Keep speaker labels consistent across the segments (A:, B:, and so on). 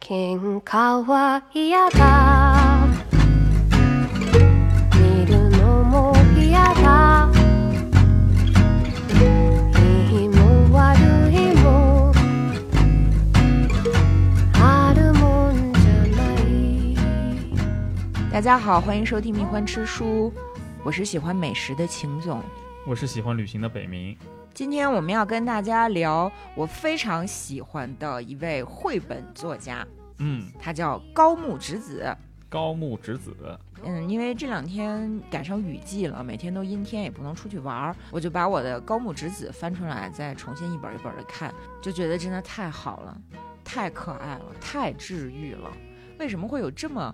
A: 喧嘩は嫌だ見るのも嫌だいいも悪いもあるもんじゃない
B: 大家好，欢迎收听《蜜獾吃书》，我是喜欢美食的秦总。
C: 我是喜欢旅行的北冥，
B: 今天我们要跟大家聊我非常喜欢的一位绘本作家，
C: 嗯，
B: 他叫高木直子。
C: 高木直子，
B: 嗯，因为这两天赶上雨季了，每天都阴天，也不能出去玩儿，我就把我的高木直子翻出来，再重新一本一本的看，就觉得真的太好了，太可爱了，太治愈了。为什么会有这么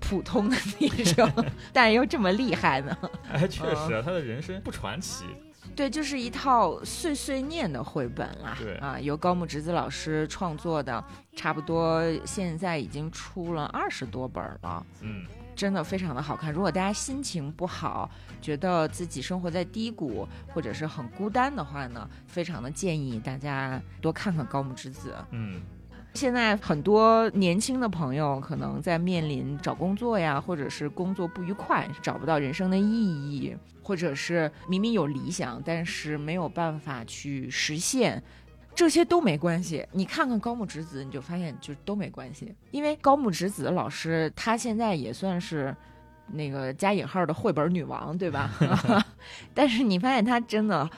B: 普通的女生， 但又这么厉害呢？
C: 哎，确实啊，他的人生不传奇，
B: 对，就是一套碎碎念的绘本啦。
C: 对
B: 啊，由高木直子老师创作的，差不多现在已经出了二十多本了，
C: 嗯，
B: 真的非常的好看。如果大家心情不好，觉得自己生活在低谷或者是很孤单的话呢，非常的建议大家多看看高木直子。
C: 嗯，
B: 现在很多年轻的朋友可能在面临找工作呀，或者是工作不愉快，找不到人生的意义，或者是明明有理想，但是没有办法去实现。这些都没关系，你看看高木直子，你就发现就都没关系，因为高木直子老师她现在也算是那个加引号的绘本女王，对吧？ 但是你发现她真的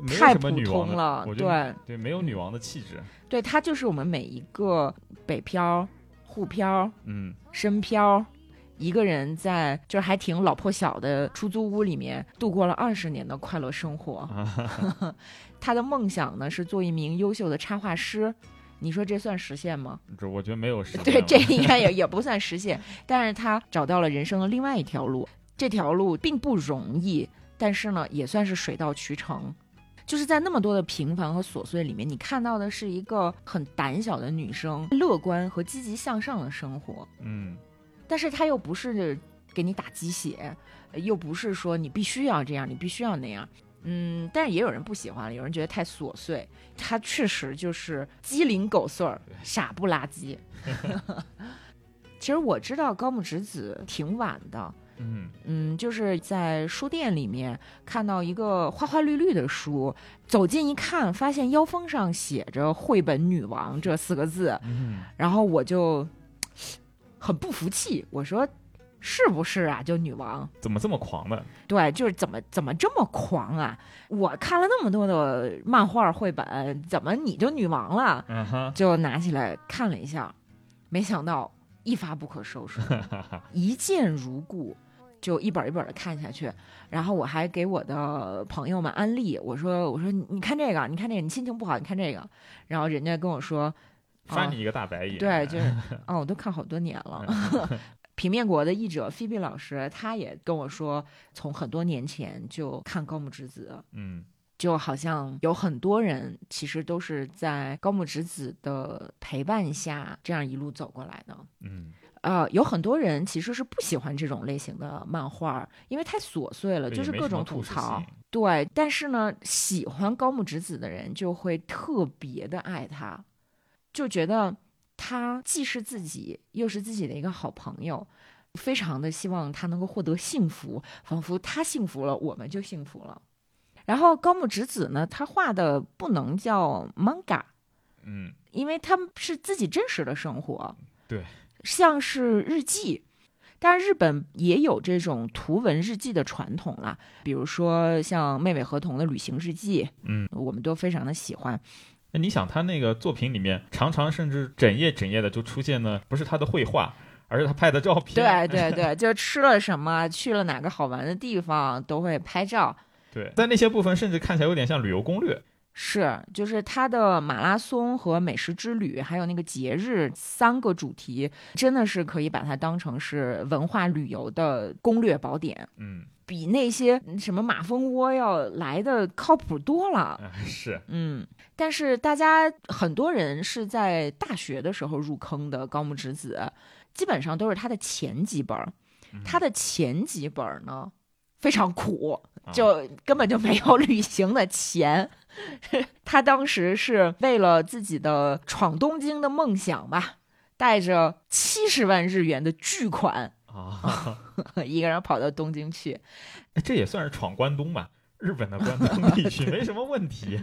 C: 没有
B: 太
C: 什
B: 普
C: 么女王
B: 通
C: 的，
B: 了，
C: 我觉得
B: 对。
C: 对，没有女王的气质，
B: 对，它就是我们每一个北漂、沪漂、
C: 嗯，
B: 深漂，一个人在就是还挺老破小的出租屋里面度过了二十年的快乐生 活。
C: 啊
B: 他的梦想呢是做一名优秀的插画师，你说这算实现吗？
C: 这我觉得没有实
B: 对，
C: 现
B: 这
C: 了
B: 应该也也不算实现，但是他找到了人生的另外一条路，这条路并不容易，但是呢，也算是水到渠成。就是在那么多的平凡和琐碎里面，你看到的是一个很胆小的女生乐观和积极向上的生活，
C: 嗯，
B: 但是她又不是给你打鸡血，呃又不是说你必须要这样，你必须要那样。嗯，但是也有人不喜欢了，有人觉得太琐碎。她确实就是鸡零狗碎儿，傻不拉几。 其实我知道高木直子挺晚的，
C: 嗯，
B: 嗯，就是在书店里面看到一个花花绿绿的书，走近一看，发现腰封上写着“绘本女王”这四个字，
C: 嗯，
B: 然后我就很不服气，我说是不是啊？就女王，
C: 怎么这么狂呢？
B: 对，就是怎么怎么这么狂啊！我看了那么多的漫画绘本，怎么你就女王了？
C: 嗯哈，
B: 就拿起来看了一下，没想到一发不可收 拾，一见如故，就一本一本的看下去。然后我还给我的朋友们安利，我说我说你你看这个，你看这个，你心情不好，你看这个。然后人家跟我说，啊
C: 翻你一个大白眼，
B: 对，就是 啊，我都看好多年了。
C: 嗯
B: 平面国的译者菲比老师，他也跟我说，从很多年前就看高木直子，
C: 嗯，
B: 就好像有很多人其实都是在高木直子的陪伴下，这样一路走过来的。
C: 嗯，
B: 呃，有很多人其实是不喜欢这种类型的漫画，因为太琐碎了，呃
C: 也
B: 就是
C: 没
B: 各
C: 什
B: 种
C: 么
B: 吐
C: 故事
B: 槽
C: 性。，
B: 对，但是呢，喜欢高木直子的人就会特别的爱他，就觉得他既是自己，又是自己的一个好朋友，非常的希望他能够获得幸福，仿佛他幸福了，我们就幸福了。然后高木直子呢，他画的不能叫 manga，
C: 嗯，
B: 因为他们是自己真实的生活，
C: 对，
B: 像是日记。但是日本也有这种图文日记的传统啦，比如说像妹妹合同的旅行日记，
C: 嗯，
B: 我们都非常的喜欢。
C: 那哎你想他那个作品里面，常常甚至整页整页的就出现了，不是他的绘画，而是他拍的照片，
B: 对对对，就吃了什么，去了哪个好玩的地方，都会拍照。
C: 对，但那些部分甚至看起来有点像旅游攻略，
B: 是，就是他的马拉松和美食之旅，还有那个节日三个主题，真的是可以把它当成是文化旅游的攻略宝典。
C: 嗯，
B: 比那些嗯什么马蜂窝要来的靠谱多了。
C: 啊是，
B: 嗯，但是大家很多人是在大学的时候入坑的高木直子，基本上都是他的前几本儿。他的前几本儿呢非常苦，
C: 啊
B: 就根本就没有旅行的钱。 他当时是为了自己的闯东京的梦想吧，带着七十万日元的巨款，
C: 啊，
B: 一个人跑到东京去。
C: 哎这也算是闯关东吧？日本的关东地区没什么 问题。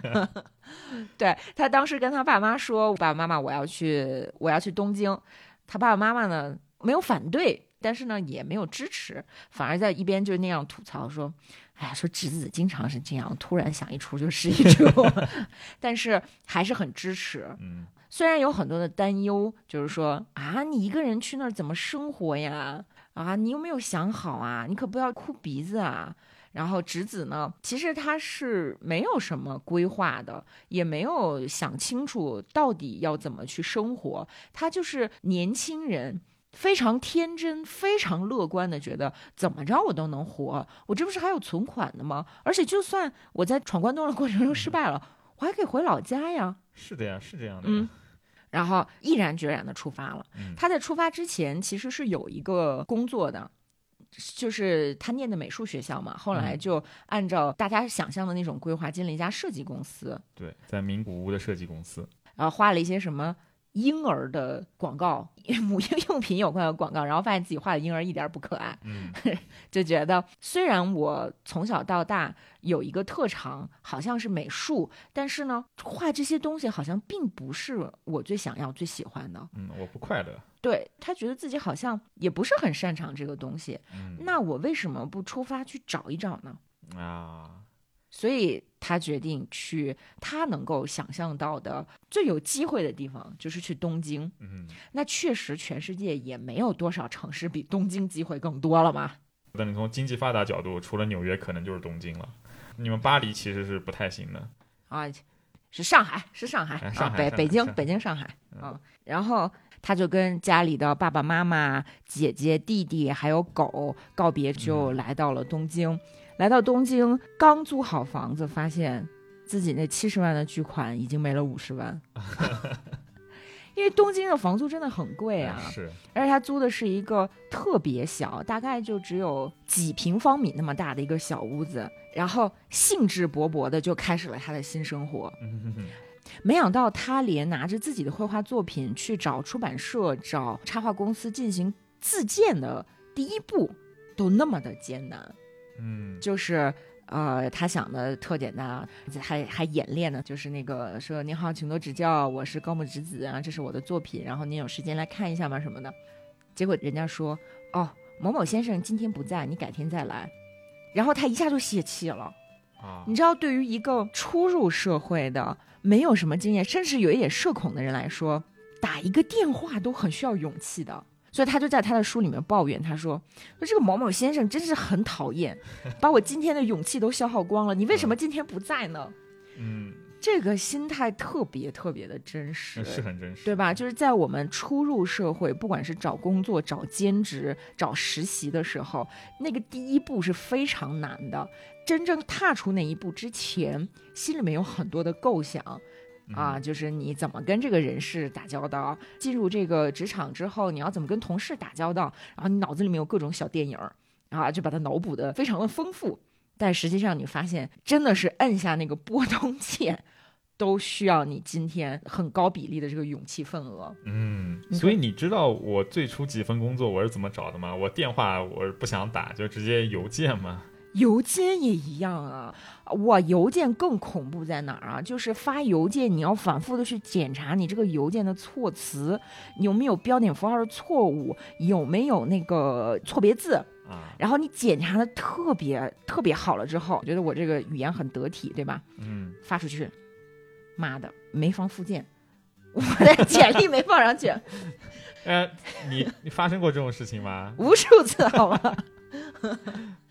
B: 对他当时跟他爸妈说：“爸爸妈妈，我要去，我要去东京。”他爸爸妈妈呢没有反对，但是呢也没有支持，反而在一边就那样吐槽说：“哎呀，说侄子经常是这样，突然想一出就是一出。” 但是还是很支持。
C: 嗯，
B: 虽然有很多的担忧，就是说啊，你一个人去那儿怎么生活呀？啊，你有没有想好啊？你可不要哭鼻子啊！然后直子呢，其实他是没有什么规划的，也没有想清楚到底要怎么去生活，他就是年轻人。非常天真、非常乐观的觉得，怎么着我都能活，我这不是还有存款的吗？而且就算我在闯关东的过程中失败了，我还可以回老家呀。
C: 是的呀，是这样的
B: 嗯
C: 呀。，
B: 然后毅然决然的出发了。
C: 嗯
B: 他在出发之前其实是有一个工作的。就是他念的美术学校嘛，后来
C: 嗯
B: 就按照大家想象的那种规划，进了一家设计公司，
C: 对，在名古屋的设计公司，
B: 然后画了一些什么婴儿的广告、 母婴用品有关的广告，然后发现自己画的婴儿一点儿不可爱，
C: 嗯，
B: 就觉得虽然我从小到大有一个特长，好像是美术，但是呢，画这些东西好像并不是我最想要、最喜欢的。
C: 嗯，我不快乐。
B: 对他觉得自己好像也不是很擅长这个东西，
C: 嗯，
B: 那我为什么不出发去找一找呢？
C: 啊，
B: 所以他决定去他能够想象到的最有机会的地方，就是去东京。
C: 嗯，
B: 那确实，全世界也没有多少城市比东京机会更多了嘛。
C: 但你从经济发达角度，除了纽约，可能就是东京了。你们巴黎其实是不太行的。
B: 啊，是上海，是上海，
C: 哎上
B: 啊、
C: 海
B: 北
C: 上海
B: 北京
C: 上海嗯
B: 北京上海啊。然后他就跟家里的爸爸妈妈、姐姐、弟弟还有狗告别，就
C: 嗯
B: 来到了东京。来到东京，刚租好房子，发现自己那七十万的巨款已经没了五十 万。因为东京的房租真的很贵啊，
C: 哎是，
B: 而且他租的是一个特别小，大概就只有几平方米那么大的一个小屋子，然后兴致勃勃的就开始了他的新生活。
C: 嗯哼哼
B: 没想到他连拿着自己的绘画作品去找出版社、找插画公司进行自荐的第一步都那么的艰难，
C: 嗯，
B: 就是。呃，他想的特简单啊，还还演练呢，就是那个说您好，请多指教，我是高木直子啊，这是我的作品，然后您有时间来看一下吗？什么的。结果人家说，哦，某某先生今天不在，你改天再来。然后他一下就泄气了，
C: 啊
B: 你，知道，对于一个初入社会的、没有什么经验，甚至有一点社恐的人来说，打一个电话都很需要勇气的。所以他就在他的书里面抱怨，他说：“说这个某某先生真是很讨厌，把我今天的勇气都消耗光了。你为什么今天不在呢？”
C: 嗯，
B: 这个心态特别特别的真
C: 那
B: 实，
C: 是很真实，
B: 对吧？就是在我们初入社会，不管是找工作、找兼职、找实习的时候，那个第一步是非常难的。真正踏出那一步之前，心里面有很多的构想
C: 嗯
B: 啊，，就是你怎么跟这个人事打交道，进入这个职场之后，你要怎么跟同事打交道，然后你脑子里面有各种小电影儿啊，就把它脑补的非常的丰富。但实际上，你发现真的是摁下那个波动 键，都需要你今天很高比例的这个勇气份额。
C: 嗯，
B: 你
C: 所以你知道我最初几份工作我是怎么找的吗？我电话我是不想打，就直接邮件嘛。
B: 邮件也一样啊，哇，邮件更恐怖在哪儿啊？就是发邮件，你要反复的去检查你这个邮件的措辞有没有标点符号的错误，有没有那个错别字，
C: 啊，
B: 然后你检查的特别特别好了之后，觉得我这个语言很得体，对吧？
C: 嗯，
B: 发出去，妈的，没放附件，我的简历没放上去，
C: 哎，你你发生过这种事情吗？
B: 无数次，好吗？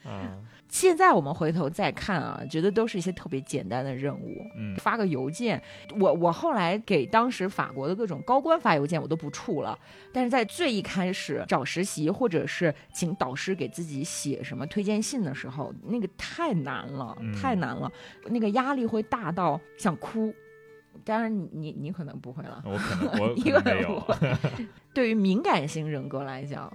C: 啊，
B: 现在我们回头再看啊，觉得都是一些特别简单的任务，
C: 嗯
B: 发个邮件。我我后来给当时法国的各种高官发邮件，我都不处了。但是在最一开始找实习，或者是请导师给自己写什么推荐信的时候，那个太难了，
C: 嗯
B: 太难了，那个压力会大到想哭。当然你，你你可能不会了。
C: 我可能我
B: 一
C: 可
B: 个
C: 能没
B: 人
C: 有
B: 不会。对于敏感型人格来讲，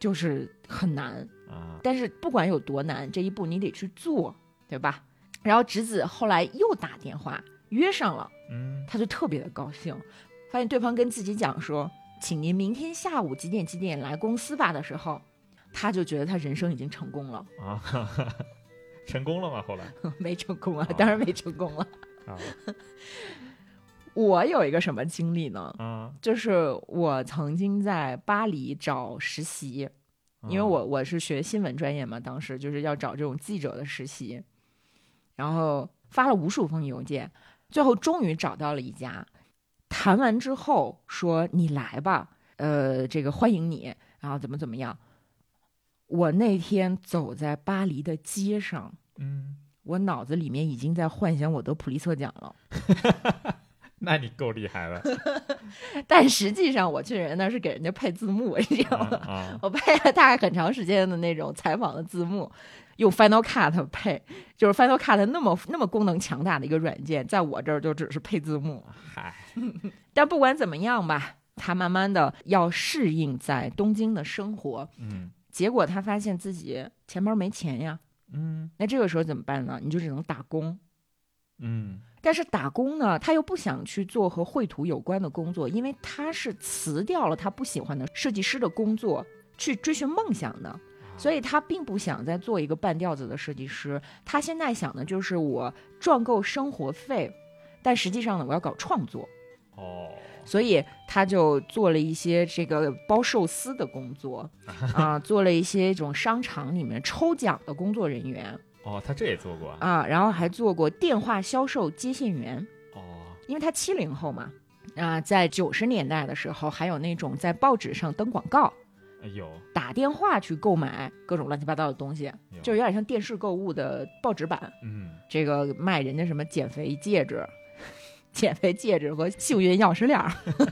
B: 就是很难。
C: 啊，
B: 但是不管有多难，这一步你得去做，对吧？然后直子后来又打电话约上了，
C: 嗯
B: 他就特别的高兴，发现对方跟自己讲说：“请您明天下午几点几点来公司吧”的时候，他就觉得他人生已经成功了，
C: 啊， 哈哈成功了吗？后来
B: 没成功啊
C: 哦，
B: 当然没成功了。
C: 啊
B: 我有一个什么经历呢？
C: 啊，
B: 就是我曾经在巴黎找实习，因为
C: 啊
B: 我我是学新闻专业嘛，当时就是要找这种记者的实习，然后发了无数封邮件，最后终于找到了一家。谈完之后说你来吧，呃，这个欢迎你，然后怎么怎么样。我那天走在巴黎的街上，
C: 嗯，
B: 我脑子里面已经在幻想我得普利策奖了，
C: 那你够厉害 了
B: 但实际上我去人那儿是给人家配字幕，你知道吗？
C: 啊
B: 我配了大概很长时间的那种采访的字幕，用 Final Cut 配，就是 Final Cut 那么那么功能强大的一个软件，在我这儿就只是配字幕。
C: 啊！嗨，
B: 但不管怎么样吧，他慢慢的要适应在东京的生活，
C: 嗯
B: 结果他发现自己钱包没钱呀，
C: 嗯
B: 那这个时候怎么办呢？你就只能打工。
C: 嗯
B: 但是打工呢，他又不想去做和绘图有关的工作，因为他是辞掉了他不喜欢的设计师的工作，去追寻梦想的。所以他并不想再做一个半吊子的设计师，他现在想的就是我赚够生活费，但实际上呢，我要搞创作，
C: 哦，
B: 所以他就做了一些这个包寿司的工作，啊，做了一些这种商场里面抽奖的工作人员
C: 哦，他这也做过啊。
B: 啊，然后还做过电话销售接线员，
C: 哦，
B: 因为他七零后嘛，啊，在九十年代的时候，还有那种在报纸上登广告。
C: 哎有
B: 打电话去购买各种乱七八糟的东西，
C: 有，
B: 就有点像电视购物的报纸版，
C: 哎嗯
B: 这个卖人家什么减肥戒指、 减肥戒指和幸运钥匙链儿，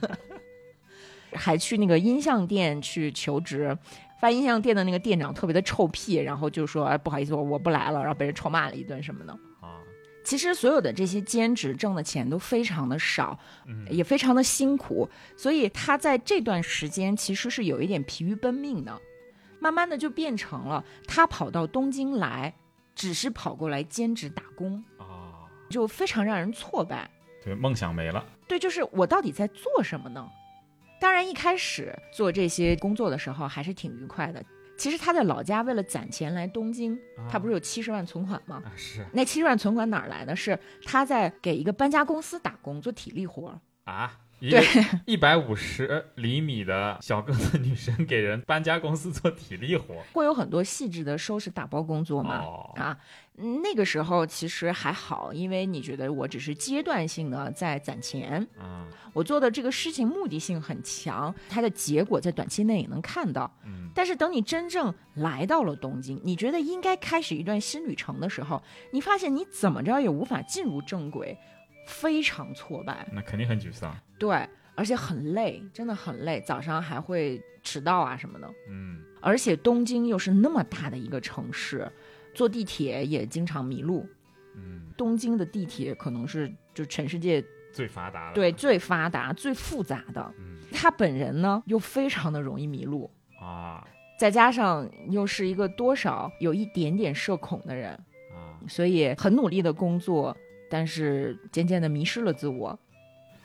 B: 还去那个音像店去求职。发现音像店的那个店长特别的臭屁，然后就说：“哎，不好意思，我我不来了。”然后被人臭骂了一顿什么的。
C: 啊
B: 其实所有的这些兼职挣的钱都非常的少，
C: 嗯
B: 也非常的辛苦，所以他在这段时间其实是有一点疲于奔命的，慢慢的就变成了他跑到东京来，只是跑过来兼职打工，
C: 啊，
B: 就非常让人挫败。
C: 对，梦想没了。
B: 对，就是我到底在做什么呢？当然一开始做这些工作的时候还是挺愉快的。其实他在老家为了攒钱来东京，他不是
C: 有
B: 有七十万存款吗？
C: 啊是
B: 那七十万存款哪儿来的？是他在给一个搬家公司打工做体力活儿。
C: 啊。一
B: 对
C: 一百五十厘米的小个子女生给人搬家公司做体力活，
B: 会有很多细致的收拾打包工作嘛。
C: 哦
B: 啊，那个时候其实还好，因为你觉得我只是阶段性的在攒钱，
C: 啊，
B: 我做的这个事情目的性很强，它的结果在短期内也能看到。
C: 嗯
B: 但是等你真正来到了东京，你觉得应该开始一段新旅程的时候，你发现你怎么着也无法进入正轨，非常挫败。
C: 那肯定很沮丧。
B: 对，而且很累，真的很累，早上还会迟到啊什么的。
C: 嗯
B: 而且东京又是那么大的一个城市，坐地铁也经常迷路。
C: 嗯，
B: 东京的地铁可能是就全世界
C: 最发达了。
B: 对，最发达、最复杂的。
C: 嗯
B: 他本人呢又非常的容易迷路，
C: 啊
B: 再加上又是一个多少有一点点社恐的人，
C: 啊，
B: 所以很努力的工作，但是渐渐的迷失了自我。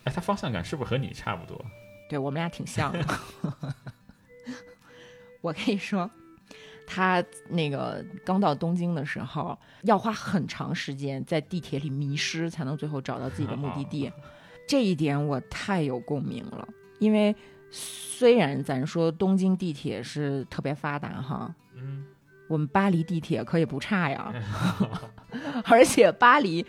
C: 哎，他方向感是不是和你差不多？
B: 对我们俩挺像的。 我跟你说，他那个刚到东京的时候，要花很长时间在地铁里迷失，才能最后找到自己的目的地。
C: 啊
B: 这一点我太有共鸣了，因为虽然咱说东京地铁是特别发达哈，
C: 嗯，
B: 我们巴黎地铁可也不差呀，而且巴黎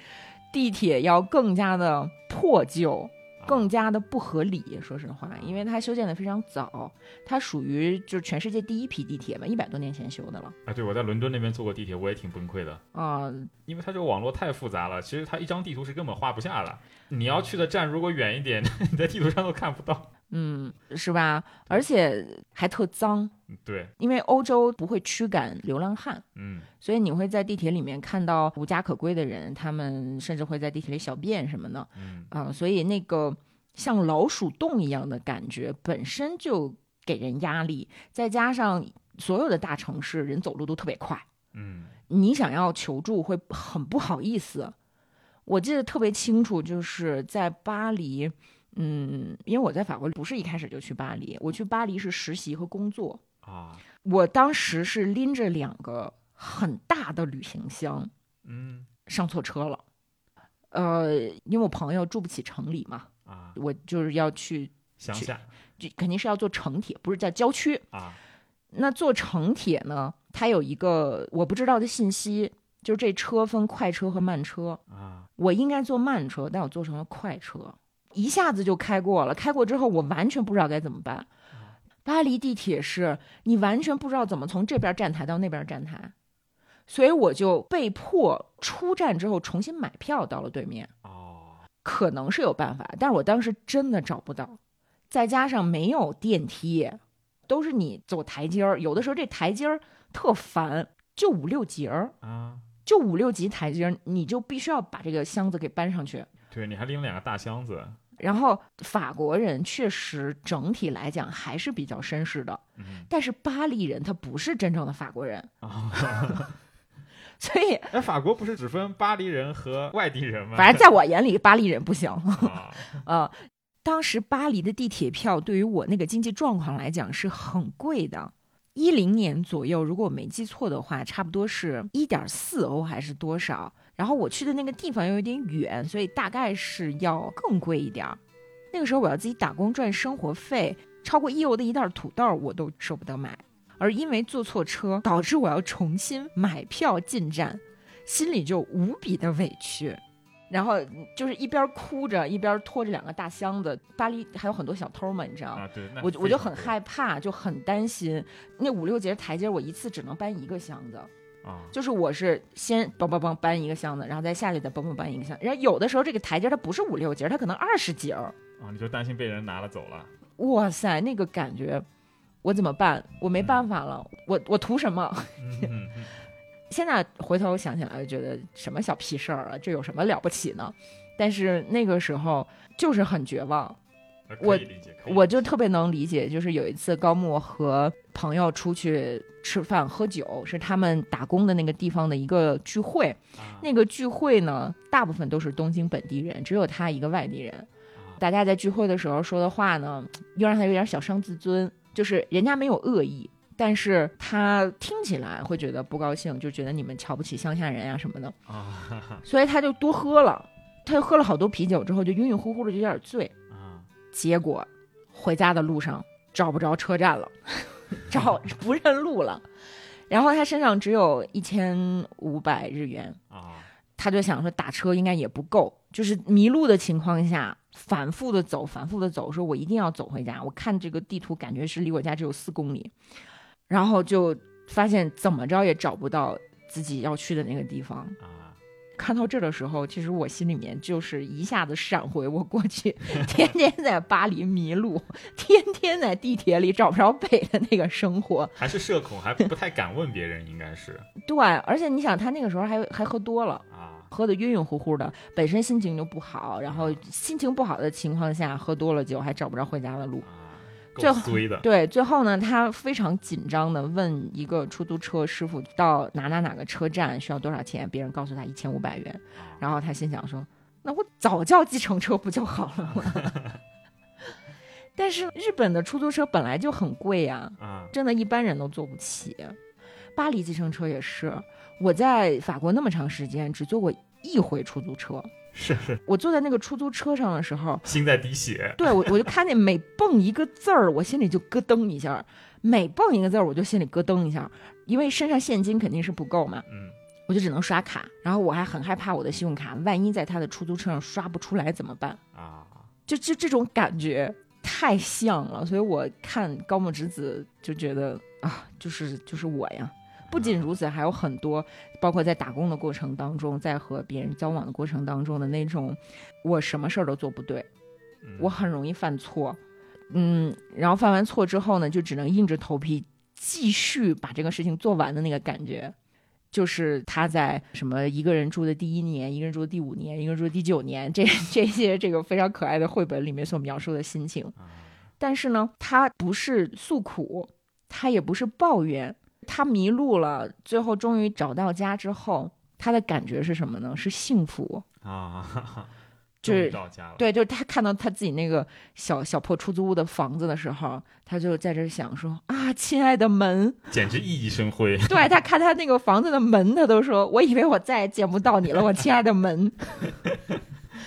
B: 地铁要更加的破旧。
C: 啊
B: 更加的不合理。说实话，因为它修建的非常早，它属于就是全世界第一批地铁吧，一百多年前修的了。
C: 啊，对我在伦敦那边坐过地铁，我也挺崩溃的，
B: 啊、
C: 因为它这个网络太复杂了，其实它一张地图是根本画不下了。你要去的站如果远一点， 你在地图上都看不到。
B: 嗯，是吧？而且还特脏，
C: 嗯对，
B: 因为欧洲不会驱赶流浪汉。
C: 嗯
B: 所以你会在地铁里面看到无家可归的人，他们甚至会在地铁里小便什么的，
C: 嗯
B: 啊、所以那个像老鼠洞一样的感觉本身就给人压力，再加上所有的大城市人走路都特别快，
C: 嗯
B: 你想要求助会很不好意思。我记得特别清楚，就是在巴黎，嗯，因为我在法国不是一开始就去巴黎，我去巴黎是实习和工作。
C: 啊，
B: 我当时是拎着两个很大的旅行箱
C: 嗯
B: 上错车了，呃，因为我朋友住不起城里嘛，
C: 啊，
B: 我就是要去，
C: 乡
B: 去
C: 下
B: 就肯定是要坐城铁，不是在郊区。
C: 啊，
B: 那坐城铁呢，它有一个我不知道的信息，就是这车分快车和慢车。
C: 啊，
B: 我应该坐慢车，但我坐成了快车，一下子就开过了。开过之后，我完全不知道该怎么办。巴黎地铁是你完全不知道怎么从这边站台到那边站台，所以我就被迫出站之后重新买票到了对面。
C: 哦，
B: 可能是有办法，但是我当时真的找不到，再加上没有电梯，都是你走台阶儿，有的时候这台阶儿特烦，就五六节儿，
C: 啊，
B: 就五六级台阶儿，你就必须要把这个箱子给搬上去。
C: 对，你还拎了两个大箱子，
B: 然后法国人确实整体来讲还是比较绅士的，
C: 嗯
B: 但是巴黎人他不是真正的法国人，
C: 啊，
B: 所以
C: 哎，法国不是只分巴黎人和外地人吗？
B: 反正在我眼里巴黎人不行。
C: 啊，
B: 呃，当时巴黎的地铁票对于我那个经济状况来讲是很贵的。一零年左右，如果我没记错的话，差不多是一点四欧还是多少？然后我去的那个地方又有点远，所以大概是要更贵一点儿。那个时候我要自己打工赚生活费，超过一欧的一袋土豆我都舍不得买。而因为坐错车，导致我要重新买票进站，心里就无比的委屈。然后就是一边哭着一边拖着两个大箱子。巴黎还有很多小偷嘛，你知道吗？
C: 啊，对，那
B: 我
C: 非
B: 我就
C: 常
B: 很
C: 多
B: 害怕，就很担心。那五六节台阶，我一次只能搬一个箱子，
C: 啊，
B: 就是我是先梆梆梆搬一个箱子，然后再下去再梆梆搬一个箱子。然后有的时候这个台阶它不是五六节，它可能二十节儿。
C: 啊，你就担心被人拿了走了，
B: 哇塞，那个感觉，我怎么办？我没办法了，我我图什么？
C: 嗯嗯嗯
B: 现在回头想起来，觉得什么小屁事儿啊，这有什么了不起呢？但是那个时候就是很绝望，
C: 呃
B: 我
C: 可以理解，可以
B: 我
C: 理解
B: 就特别能理解，就是有一次高木和朋友出去吃饭喝酒，是他们打工的那个地方的一个聚会。
C: 啊
B: 那个聚会呢，大部分都是东京本地人，只有他一个外地人。
C: 啊
B: 大家在聚会的时候说的话呢，又让他有点小伤自尊，就是人家没有恶意。但是他听起来会觉得不高兴，就觉得你们瞧不起乡下人呀、什么的，
C: 啊
B: 所以他就多喝了，他就喝了好多啤酒之后就晕晕乎乎的，就有点醉。
C: 啊
B: 结果回家的路上找不着车站了，找不认路了。然后他身上只有一千五百日元，
C: 啊
B: 他就想说打车应该也不够，就是迷路的情况下反复的走，反复的走，说我一定要走回家。我看这个地图，感觉是离我家只有四公里，然后就发现怎么着也找不到自己要去的那个地方。
C: 啊
B: 看到这儿的时候，其实我心里面就是一下子闪回我过去天天在巴黎迷路，天天在地铁里找不着北的那个生活。
C: 还是社恐，还不太敢问别人，应 该是
B: 对，而且你想，他那个时候还还喝多了。
C: 啊
B: 喝得晕晕乎乎的，本身心情就不好，然后心情不好的情况下，喝多了酒还找不着回家的路。
C: 啊，
B: 最
C: 够
B: 后
C: 衰的
B: 对，最后呢，他非常紧张的问一个出租车师傅到哪哪哪个车站需要多少钱，别人告诉他一千五百元，
C: 啊
B: 然后他心想说，那我早叫计程车不就好了吗？ 但是日本的出租车本来就很贵呀、
C: 啊
B: 真的一般人都坐不起。巴黎计程车也是，我在法国那么长时间只坐过一回出租车。
C: 是是
B: 我坐在那个出租车上的时候，
C: 心在滴血
B: 对我我就看见每蹦一个字儿，我心里就咯噔一下；每蹦一个字儿，我就心里咯噔一下，因为身上现金肯定是不够嘛，
C: 嗯
B: 我就只能刷卡。然后我还很害怕我的信用卡万一在他的出租车上刷不出来怎么办？
C: 啊
B: 就就这种感觉太像了，所以我看高木直子就觉得啊，就是就是我呀。不
C: 嗯
B: 仅如此，还有很多，包括在打工的过程当中，在和别人交往的过程当中的那种，我什么事儿都做不对，
C: 嗯
B: 我很容易犯错，嗯，然后犯完错之后呢，就只能硬着头皮继续把这个事情做完的那个感觉，就是他在什么一个人住的第一年、一个人住的第五年、一个人住的第九年，这这些这个非常可爱的绘本里面所描述的心情。
C: 啊
B: 但是呢，他不是诉苦，他也不是抱怨，他迷路了，最后终于找到家之后，他的感觉是什么呢？是幸福。
C: 啊
B: 就是
C: 到家了。
B: 对，就是他看到他自己那个小小破出租屋的房子的时候，他就在这儿想说啊，亲爱的门，
C: 简直熠熠生 辉。
B: 对他看他那个房子的门，他都说，我以为我再也见不到你了，我亲爱的门。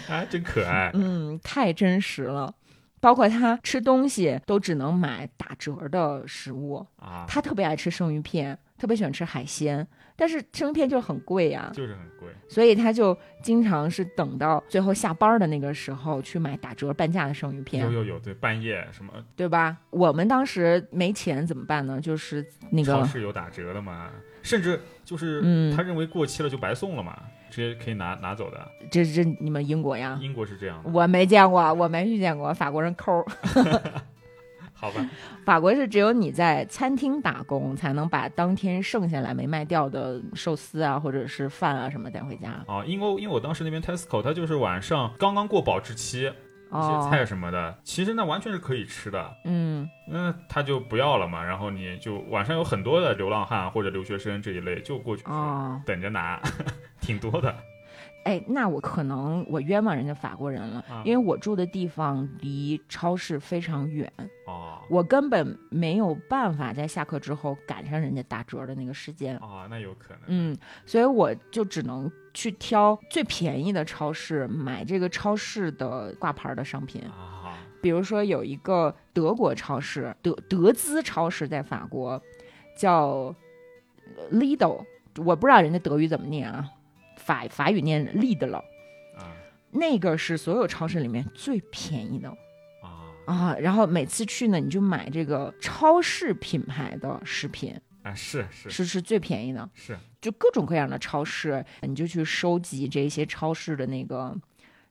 C: 啊，真可爱。
B: 嗯，太真实了。包括他吃东西都只能买打折的食物，
C: 啊，
B: 他特别爱吃生鱼片，特别喜欢吃海鲜，但是生鱼片就是很贵呀、
C: 就是很贵。
B: 所以他就经常是等到最后下班的那个时候去买打折半价的生鱼
C: 有
B: 片，
C: 有有，对，半夜什么
B: 对吧？我们当时没钱怎么办呢？就是那
C: 超
B: 个
C: 市有打折的嘛，甚至就是
B: 嗯
C: 他认为过期了就白送了嘛，直接可以拿拿走的。
B: 这这你们英国呀，
C: 英国是这样的，
B: 我没见过，我没遇见过法国人抠儿。
C: 好吧？
B: 法国是只有你在餐厅打工才能把当天剩下来没卖掉的寿司啊，或者是饭啊什么带回家。
C: 啊，因为因为我当时那边 Tesco 它就是晚上刚刚过保质期，一些
B: 哦，
C: 菜什么的，其实那完全是可以吃的。
B: 嗯，
C: 那他就不要了嘛，然后你就晚上有很多的流浪汉或者留学生这一类就过去吃，
B: 哦，
C: 等着拿， 挺多的。
B: 哎，那我可能我冤枉人家法国人了，
C: 啊
B: 因为我住的地方离超市非常远，
C: 哦
B: 我根本没有办法在下课之后赶上人家打折的那个时间。
C: 哦，那有可能。
B: 嗯，所以我就只能去挑最便宜的超市买这个超市的挂牌儿的商品。
C: 啊，
B: 比如说有一个德国超市，德德资超市在法国叫呃 Lidl，我不知道人家德语怎么念啊，法法语念 Lidl，
C: 啊
B: 那个是所有超市里面最便宜的
C: 啊
B: 啊。然后每次去呢，你就买这个超市品牌的食品，
C: 啊！是是
B: 是是最便宜的，
C: 是，
B: 就各种各样的超市，你就去收集这些超市的那个，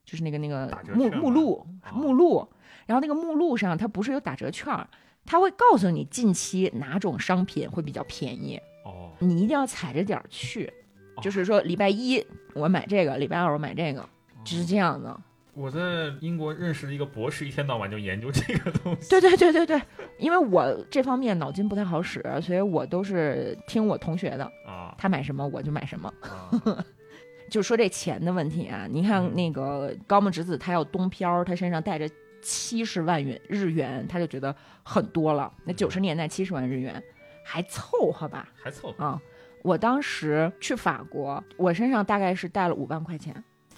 B: 就是那个那个
C: 打折
B: 目
C: 券吗
B: 目录
C: 哦
B: 目录，然后那个目录上它不是有打折券儿，它会告诉你近期哪种商品会比较便宜，
C: 哦
B: 你一定要踩着点儿去，
C: 哦
B: 就是说礼拜一我买这个，礼拜二我买这个，就是这样的。
C: 哦我在英国认识了一个博士，一天到晚就研究这个东西。
B: 对对对对对，因为我这方面脑筋不太好使，所以我都是听我同学的，
C: 啊
B: 他买什么我就买什么。
C: 啊
B: 就说这钱的问题啊，你看
C: 嗯
B: 那个高木直子，她要东漂，她身上带着七十万元日元，她就觉得很多了。那
C: 嗯
B: 九十年代七十万日元还凑合吧
C: 还凑合，
B: 啊！我当时去法国，我身上大概是带了五万块钱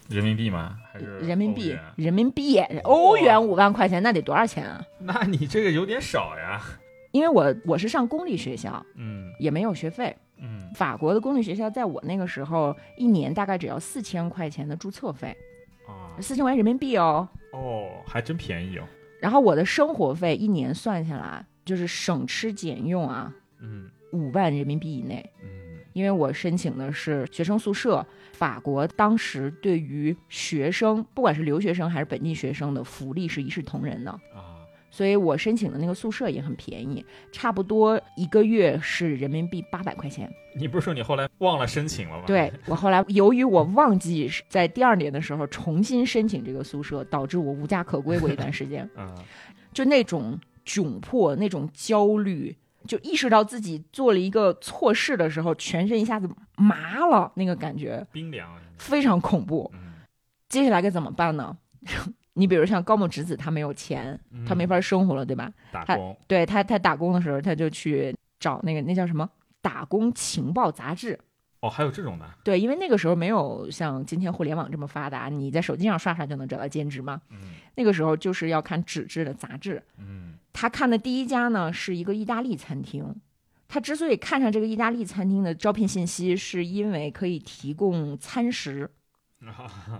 C: 人民币吗？还是
B: 人民
C: 嗯欧
B: 币
C: 元，
B: 人民币欧元五万块钱，那得多少钱啊？
C: 那你这个有点少呀。
B: 因为我我是上公立学校，
C: 嗯
B: 也没有学费。
C: 嗯
B: 法国的公立学校在我那个时候，一年大概只要四千块钱的注册费，
C: 啊
B: 四千块钱人民币哦。
C: 哦，还真便宜哦。
B: 然后我的生活费一年算下来，就是省吃俭用啊，
C: 嗯
B: 五万人民币以内。
C: 嗯
B: 因为我申请的是学生宿舍，法国当时对于学生，不管是留学生还是本地学生的福利是一视同仁的，
C: 啊
B: 所以我申请的那个宿舍也很便宜，差不多一个月是人民币八百块钱。
C: 你不是说你后来忘了申请了吗？
B: 对我后来，由于我忘记是在第二年的时候重新申请这个宿舍，导致我无家可归过一段时间。
C: 啊，
B: 就那种窘迫、那种焦虑，就意识到自己做了一个错事的时候，全身一下子麻了，那个感觉
C: 冰凉啊。
B: 非常恐怖。
C: 嗯
B: 接下来该怎么办呢？ 你比如像高木直子，她没有钱，
C: 嗯
B: 她没法生活了，对吧？
C: 打
B: 他
C: 工
B: 对她，她打工的时候，她就去找那个那叫什么《打工情报杂志》。
C: 哦，还有这种的，
B: 对，因为那个时候没有像今天互联网这么发达，你在手机上刷刷就能找到兼职嘛。
C: 嗯
B: 那个时候就是要看纸质的杂志，
C: 嗯
B: 他看的第一家呢是一个意大利餐厅。他之所以看上这个意大利餐厅的招聘信息，是因为可以提供餐食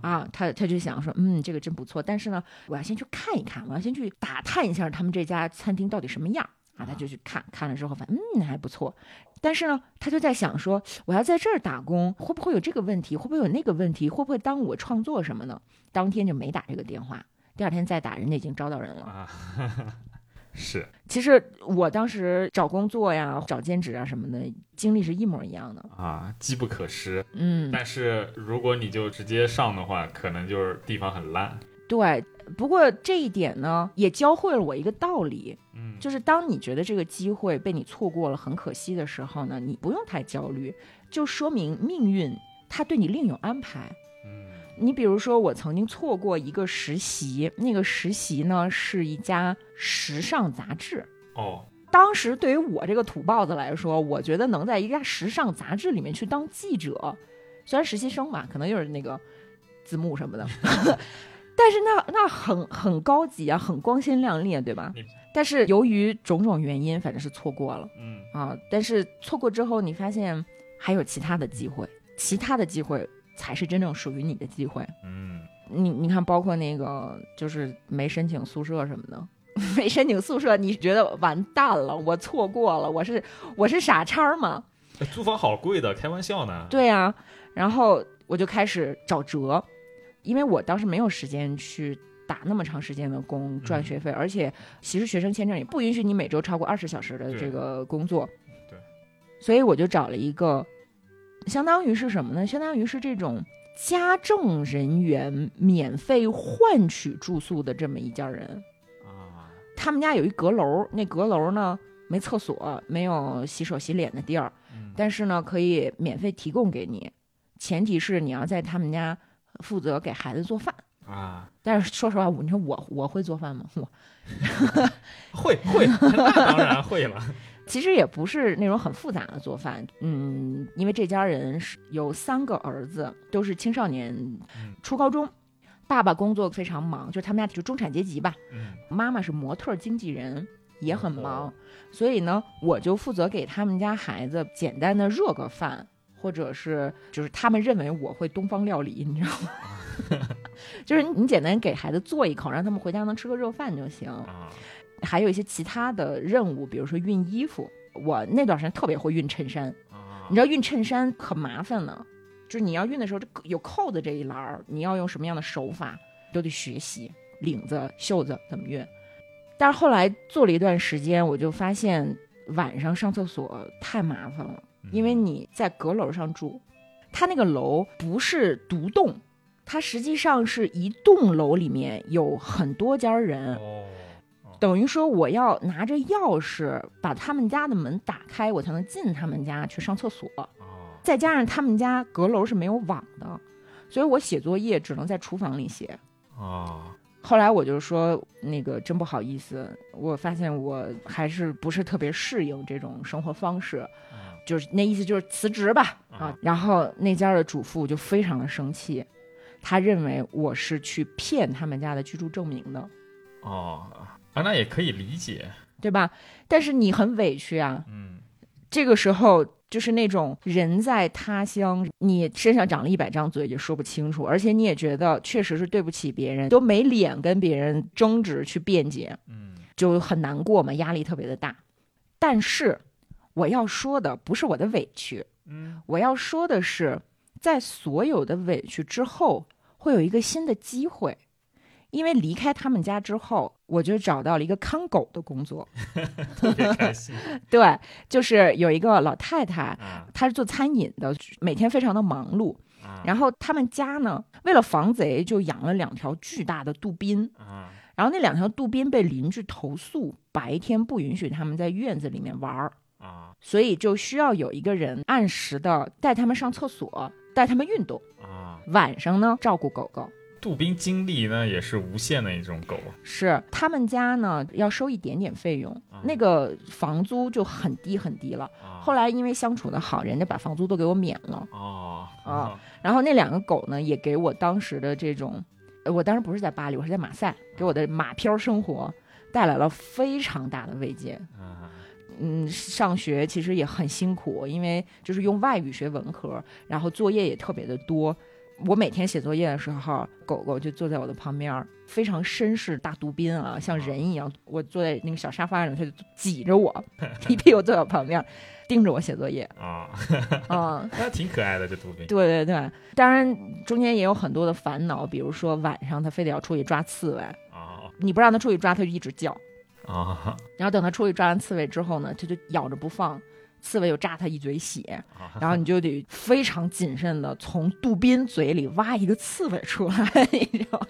B: 啊。他他就想说，嗯，这个真不错。但是呢，我要先去看一看，我要先去打探一下他们这家餐厅到底什么样啊。他就去看看了之后，发现嗯还不错。但是呢，他就在想说，我要在这儿打工，会不会有这个问题？会不会有那个问题？会不会耽误我创作什么呢？当天就没打这个电话，第二天再打，人家已经招到人了。
C: 啊， 是
B: 其实我当时找工作呀、找兼职啊什么的，经历是一模一样的。
C: 啊，机不可失。
B: 嗯，
C: 但是如果你就直接上的话，可能就是地方很烂。
B: 对。不过这一点呢，也教会了我一个道理，
C: 嗯，
B: 就是当你觉得这个机会被你错过了，很可惜的时候呢，你不用太焦虑，就说明命运它对你另有安排。
C: 嗯
B: 你比如说，我曾经错过一个实习，那个实习呢是一家时尚杂志。
C: 哦，
B: 当时对于我这个土包子来说，我觉得能在一家时尚杂志里面去当记者，虽然实习生嘛，可能又是那个字幕什么的，但是那那很很高级啊，很光鲜亮丽啊，对吧
C: 你？
B: 但是由于种种原因，反正是错过了
C: 嗯，
B: 啊。但是错过之后，你发现还有其他的机会，其他的机会才是真正属于你的机会。
C: 嗯，
B: 你你看，包括那个就是没申请宿舍什么的， 没申请宿舍，你觉得完蛋了，我错过了，我是我是傻叉儿吗？
C: 哎租房好贵的，开玩笑呢。，
B: 对啊，然后我就开始找辙，因为我当时没有时间去打那么长时间的工
C: 嗯
B: 赚学费，而且其实学生签证也不允许你每周超过二十小时的
C: 对
B: 这个工作，
C: 对，
B: 所以我就找了一个，相当于是什么呢？相当于是这种。家政人员免费换取住宿的这么一家人，
C: 啊，
B: 他们家有一阁楼，那阁楼呢没厕所，没有洗手洗脸的地儿，
C: 嗯，
B: 但是呢，可以免费提供给你，前提是你要在他们家负责给孩子做饭。
C: 啊，
B: 但是说实话，我你说我我会做饭吗？ 我
C: 会会，那当然会了。
B: 其实也不是那种很复杂的做饭，嗯，因为这家人是有三个儿子，都是青少年
C: 嗯，
B: 初高中，爸爸工作非常忙，就是他们家就中产阶级吧，
C: 嗯，
B: 妈妈是模特儿经纪人，也很忙
C: 哦，
B: 所以呢，我就负责给他们家孩子简单的热个饭，或者是就是他们认为我会东方料理，你知道吗？ 就是你简单给孩子做一口，让他们回家能吃个热饭就行。
C: 啊，
B: 还有一些其他的任务，比如说熨衣服，我那段时间特别会熨衬衫，
C: 啊
B: 你知道熨衬衫很麻烦呢，就是你要熨的时候，这个有扣子这一栏儿，你要用什么样的手法都得学习，领子、袖子怎么熨。但是后来做了一段时间，我就发现晚上上厕所太麻烦了，
C: 嗯
B: 因为你在阁楼上住，它那个楼不是独栋，它实际上是一栋楼里面有很多家人。
C: 哦，
B: 等于说我要拿着钥匙把他们家的门打开，我才能进他们家去上厕所。
C: 啊，
B: 再加上他们家阁楼是没有网的，所以我写作业只能在厨房里写。
C: 啊，
B: 后来我就说，那个真不好意思，我发现我还是不是特别适应这种生活方式，
C: 啊
B: 就是那意思就是辞职吧啊
C: 啊。
B: 然后那家的主妇就非常的生气，她认为我是去骗他们家的居住证明的，
C: 哦，啊，那也可以理解。
B: 对吧？但是你很委屈啊，
C: 嗯，
B: 这个时候就是那种人在他乡，你身上长了一百张嘴也说不清楚，而且你也觉得确实是对不起别人，都没脸跟别人争执去辩解，
C: 嗯，
B: 就很难过嘛，压力特别的大。但是我要说的不是我的委屈，
C: 嗯，
B: 我要说的是，在所有的委屈之后，会有一个新的机会。因为离开他们家之后，我就找到了一个看狗的工作。
C: 特别开心
B: 对，就是有一个老太太，
C: 啊
B: 她是做餐饮的，每天非常的忙碌。
C: 啊
B: 然后他们家呢，为了防贼，就养了两条巨大的杜宾。
C: 啊
B: 然后那两条杜宾被邻居投诉，白天不允许他们在院子里面玩儿，
C: 啊
B: 所以就需要有一个人按时的带他们上厕所，带他们运动，
C: 啊！
B: 晚上呢照顾狗狗。
C: 杜宾精力呢也是无限的一种狗
B: 是他们家呢要收一点点费用
C: 嗯，
B: 那个房租就很低很低了。
C: 啊。
B: 后来因为相处的好，人家把房租都给我免了。
C: 哦
B: 啊，然后那两个狗呢，也给我当时的这种，呃我当时不是在巴黎，我是在马赛，给我的马漂生活带来了非常大的慰藉。
C: 啊
B: 嗯，上学其实也很辛苦，因为就是用外语学文科，然后作业也特别的多。我每天写作业的时候，狗狗就坐在我的旁边，非常绅士大杜宾啊，像人一样。我坐在那个小沙发上，它就挤着我， 一屁股坐在我旁边，盯着我写作业
C: 啊，
B: 啊。
C: 那挺可爱的这杜宾。
B: 对对对，当然中间也有很多的烦恼，比如说晚上他非得要出去抓刺猬，
C: 啊
B: 你不让他出去抓，他就一直叫。
C: 啊
B: 然后等他出去抓完刺猬之后呢，他就咬着不放，刺猬又扎他一嘴血，
C: 啊！
B: 然后你就得非常谨慎的从杜宾嘴里挖一个刺猬出来， 你知道吗，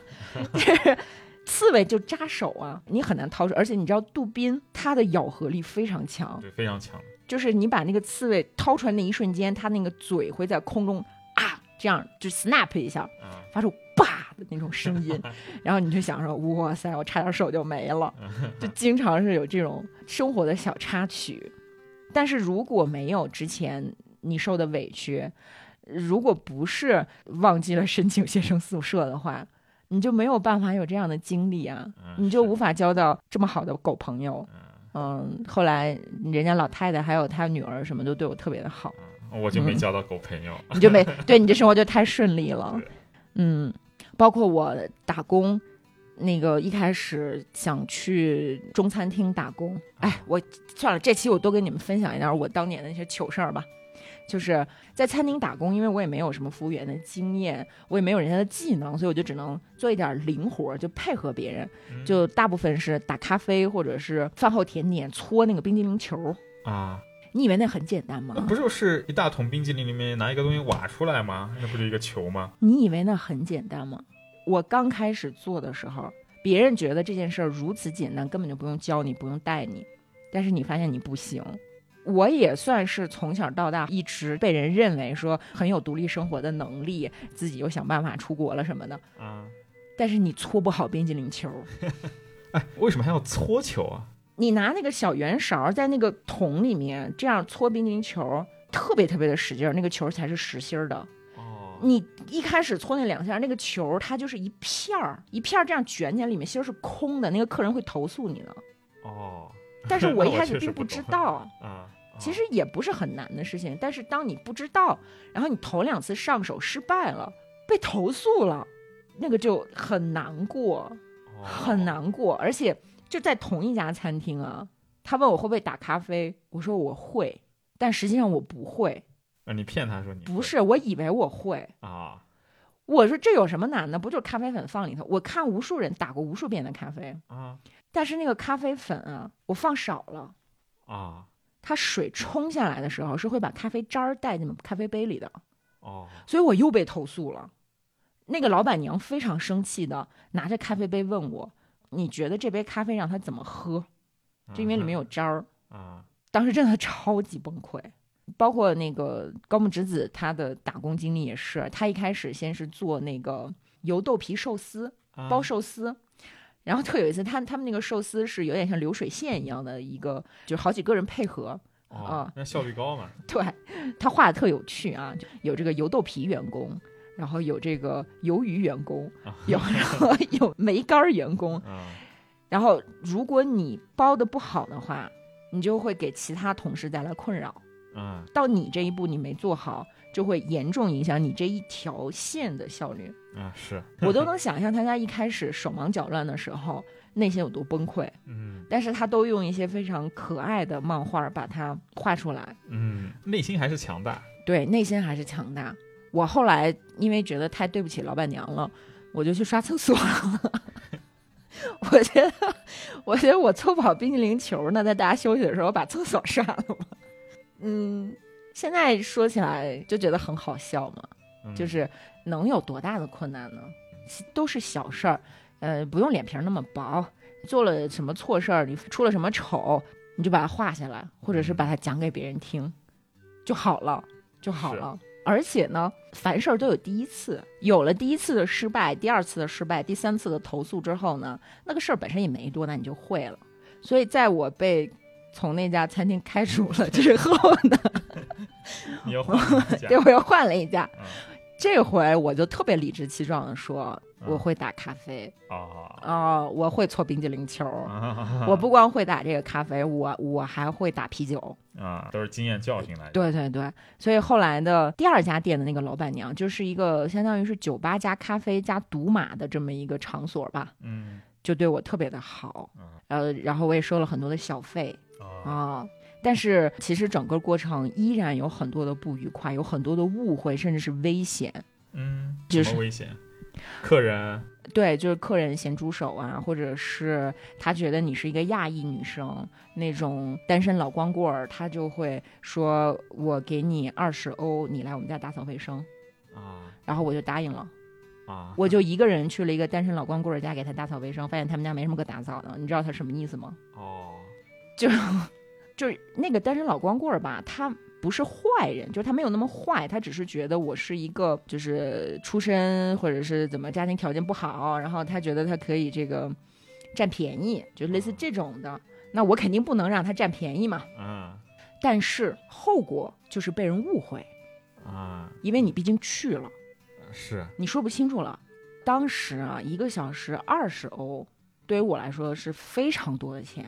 B: 就是刺猬就扎手啊，你很难掏出，而且你知道杜宾它的咬合力非常强，
C: 对，非常强。
B: 就是你把那个刺猬掏出来那一瞬间，它那个嘴会在空中啊这样就 snap 一下，
C: 啊，
B: 发出吧的那种声 音，然后你就想说，哇塞，我差点手就没 了，就经常是有这种生活的小插曲。但是如果没有之前你受的委屈，如果不是忘记了申请学生宿舍的话，你就没有办法有这样的经历啊，
C: 嗯
B: 你就是无法交到这么好的狗朋友。嗯，后来人家老太太还有她女儿什么都对我特别的好。
C: 啊我就没交到狗朋友。
B: 你就没对你的生活就太顺利了
C: 对。
B: 嗯，包括我打工，那个一开始想去中餐厅打工，哎，我算了，这期我多跟你们分享一点我当年的那些糗事儿吧。就是在餐厅打工，因为我也没有什么服务员的经验，我也没有人家的技能，所以我就只能做一点零活儿，就配合别人。
C: 嗯
B: 就大部分是打咖啡或者是饭后甜点，搓那个冰激凌球儿。
C: 啊，
B: 你以为那很简单吗
C: 那？不就是一大桶冰激凌里面拿一个东西挖出来吗？那不是一个球吗？
B: 你以为那很简单吗？我刚开始做的时候，别人觉得这件事儿如此简单，根本就不用教你，不用带你。但是你发现你不行。我也算是从小到大一直被人认为说很有独立生活的能力，自己又想办法出国了什么的。
C: 啊，
B: 但是你搓不好冰激凌球，
C: 哎，为什么还要搓球啊？
B: 你拿那个小圆勺在那个桶里面这样搓冰激凌球，特别特别的使劲儿，那个球才是实心儿的。
C: 哦，
B: 你一开始搓那两下，那个球它就是一片儿一片儿这样卷起来，里面芯儿是空的，那个客人会投诉你 的。
C: 哦，
B: 但是我
C: 那
B: 一开
C: 确
B: 始
C: 实
B: 并
C: 不
B: 知
C: 懂
B: 道，
C: 啊，
B: 其
C: 啊
B: 实也不是很难的事情。但是当你不知道，然后你头两次上手失败了，被投诉了，那个就很难过，
C: 哦
B: 很难过。而且就在同一家餐厅啊，他问我会不会打咖啡，我说我会，但实际上我不会，
C: 啊！你骗他说你
B: 不
C: 会
B: 是我以为我会。
C: 啊，
B: 我说这有什么难的？不就是咖啡粉放里头？我看无数人打过无数遍的咖啡，
C: 啊
B: 但是那个咖啡粉啊，我放少了，
C: 啊
B: 它水冲下来的时候是会把咖啡渣儿带进咖啡杯里的，
C: 哦
B: 所以我又被投诉了。那个老板娘非常生气的拿着咖啡杯问我：“你觉得这杯咖啡让他怎么喝？就因为里面有渣儿。”
C: 嗯啊
B: 当时真的超级崩溃。包括那个高木直子，她的打工经历也是，她一开始先是做那个油豆皮寿司，
C: 啊
B: 包寿司。然后特有一次，他他们那个寿司是有点像流水线一样的一个，就是好几个人配合。
C: 哦
B: 啊，
C: 那效率 高嘛
B: 对他画的特有趣啊，就有这个油豆皮员工，然后有这个鱿鱼员工，有有梅干儿员工。
C: 啊
B: 然后如果你包的不好的话，你就会给其他同事带来困扰。
C: 啊
B: 到你这一步你没做好，就会严重影响你这一条线的效率。
C: 啊是
B: 我都能想象他家一开始手忙脚乱的时候，内心有多崩溃。
C: 嗯
B: 但是他都用一些非常可爱的漫画把它画出来，
C: 嗯，内心还是强大
B: 对，内心还是强大。我后来因为觉得太对不起老板娘了，我就去刷厕所了。 我觉得，我觉得我搓不好冰激凌球呢，在大家休息的时候，我把厕所刷了吧。嗯，现在说起来就觉得很好笑嘛。
C: 嗯
B: 就是能有多大的困难呢？都是小事儿，呃，不用脸皮儿那么薄。做了什么错事儿，你出了什么丑，你就把它画下来，或者是把它讲给别人听，就好了，就好了。而且呢，凡事都有第一次，有了第一次的失败，第二次的失败，第三次的投诉之后呢，那个事儿本身也没多难，你就会了。所以，在我被从那家餐厅开除了之后呢，
C: 你要换一 嗯下
B: 对我又换了一家，
C: 啊
B: 这回我就特别理直气壮的说，
C: 嗯
B: 我会打咖啡
C: 啊
B: 啊、我会搓冰激凌球，
C: 啊
B: 我不光会打这个咖啡，我我还会打啤酒。
C: 啊都是经验教训来的
B: 对对对，所以后来的第二家店的那个老板娘，就是一个相当于是酒吧加咖啡加赌马的这么一个场所吧，
C: 嗯
B: 就对我特别的好
C: 嗯，
B: 呃，然后我也收了很多的小费
C: 啊
B: 啊。但是其实整个过程依然有很多的不愉快，有很多的误会，甚至是危险。
C: 嗯
B: 就
C: 什
B: 是
C: 么危险客人
B: 对，就是客人咸猪手啊，或者是他觉得你是一个亚裔女生，那种单身老光棍儿，他就会说：“我给你二十欧，你来我们家打扫卫生。
C: 啊”
B: 然后我就答应了，
C: 啊
B: 我就一个人去了一个单身老光棍儿家给他打扫卫生，发现他们家没什么可打扫的。你知道他什么意思吗？
C: 哦
B: 就是那个单身老光棍儿吧，他不是坏人，就是他没有那么坏，他只是觉得我是一个就是出身或者是怎么家庭条件不好，然后他觉得他可以这个占便宜，就类似这种的。那我肯定不能让他占便宜嘛，
C: 啊
B: 但是后果就是被人误会，
C: 啊，
B: 因为你毕竟去了，
C: 是
B: 你说不清楚了。当时啊，一个小时二十欧，对于我来说是非常多的钱，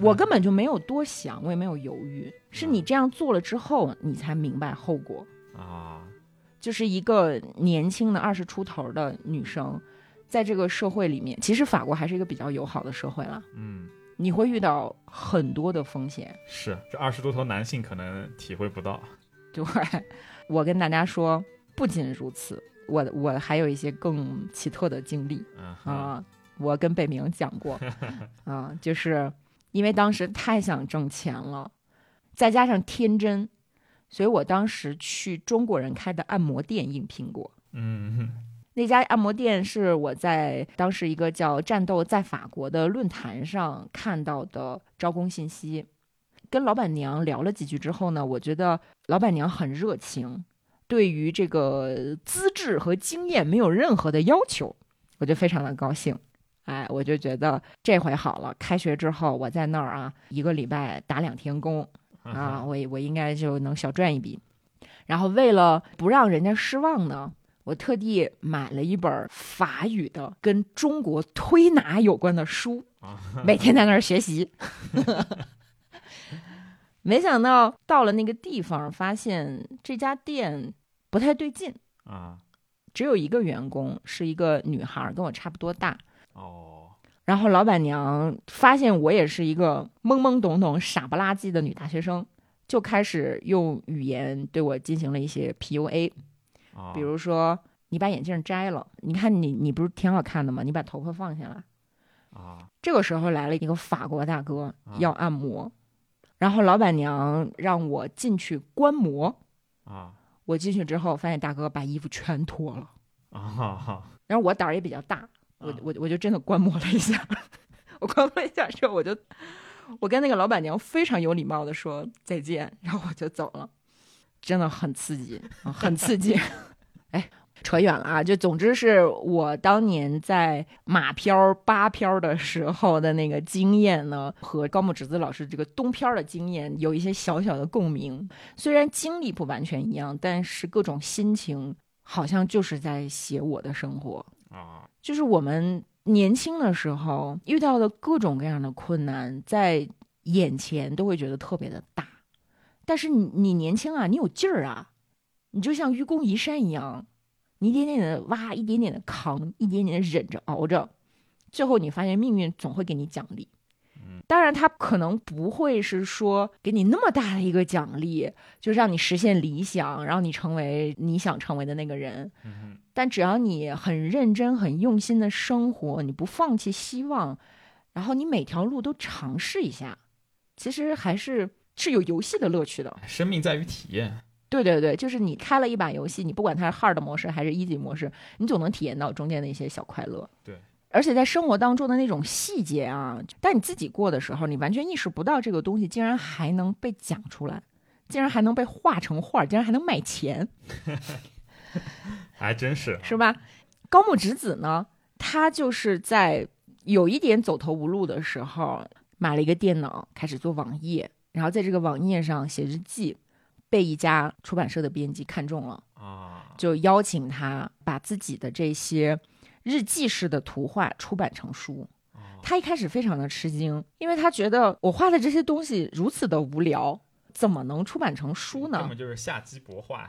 B: 我根本就没有多想，我也没有犹豫，是你这样做了之后，你才明白后果。
C: 啊，
B: 就是一个年轻的二十出头的女生，在这个社会里面，其实法国还是一个比较友好的社会啦，
C: 嗯，
B: 你会遇到很多的风险。
C: 是这二十多头男性可能体会不到
B: 对， 我跟大家说，不仅如此，我我还有一些更奇特的经历
C: 啊哈
B: 啊、我跟北明讲过啊、就是因为当时太想挣钱了，再加上天真，所以我当时去中国人开的按摩店应聘过。
C: 嗯
B: 那家按摩店是我在当时一个叫“战斗在法国”的论坛上看到的招工信息。跟老板娘聊了几句之后呢，我觉得老板娘很热情，对于这个资质和经验没有任何的要求，我就非常的高兴。哎，我就觉得这回好了，开学之后我在那儿啊，一个礼拜打两天工，
C: 嗯
B: 啊，我我应该就能小赚一笔。然后为了不让人家失望呢，我特地买了一本法语的跟中国推拿有关的书，
C: 啊
B: 每天在那儿学习。没想到到了那个地方，发现这家店不太对劲，
C: 啊
B: 只有一个员工是一个女孩儿，跟我差不多大。
C: 哦
B: 然后老板娘发现我也是一个懵懵懂懂、傻不拉几的女大学生，就开始用语言对我进行了一些 PUA，
C: 啊，
B: 比如说你把眼镜摘了，你看你你不是挺好看的吗？你把头发放下来。
C: 啊
B: 这个时候来了一个法国大哥
C: 啊
B: 要按摩，然后老板娘让我进去观摩。
C: 啊
B: 我进去之后，发现大哥把衣服全脱了，
C: 啊
B: 然后我胆儿也比较大，我
C: 啊
B: 我我就真的观摩了一下， 我观摩了一下之后，我就我跟那个老板娘非常有礼貌的说再见，然后我就走了，真的很刺激，啊很刺激。 哎，扯远了啊，就总之是我当年在马漂八漂的时候的那个经验呢，和高木直子老师这个东漂的经验有一些小小的共鸣，虽然经历不完全一样，但是各种心情好像就是在写我的生活。
C: 啊
B: 就是我们年轻的时候遇到的各种各样的困难，在眼前都会觉得特别的大。但是你你年轻啊，你有劲儿啊，你就像愚公移山一样，你一点点的挖，一点点的扛，一点点的忍着熬着，最后你发现命运总会给你奖励。当然，他可能不会是说给你那么大的一个奖励，就让你实现理想，让你成为你想成为的那个人。
C: 嗯
B: 但只要你很认真、很用心的生活，你不放弃希望，然后你每条路都尝试一下，其实还是是有游戏的乐趣的。
C: 哼，生命在于体验
B: 对对对，就是你开了一把游戏，你不管它是 hard 模式还是 easy 模式，你总能体验到中间的一些小快乐。
C: 对，
B: 而且在生活当中的那种细节啊，但你自己过的时候，你完全意识不到这个东西竟然还能被讲出来，竟然还能被画成画，竟然还能卖钱。
C: 还真是
B: 是吧？高木直子呢，她就是在有一点走投无路的时候，买了一个电脑，开始做网页，然后在这个网页上写日记，被一家出版社的编辑看中了，
C: 啊
B: 就邀请她把自己的这些日记式的图画出版成书。
C: 啊
B: 她一开始非常的吃惊，因为她觉得我画的这些东西如此的无聊，怎么能出版成书
C: 根
B: 呢？
C: 本就是下鸡博化，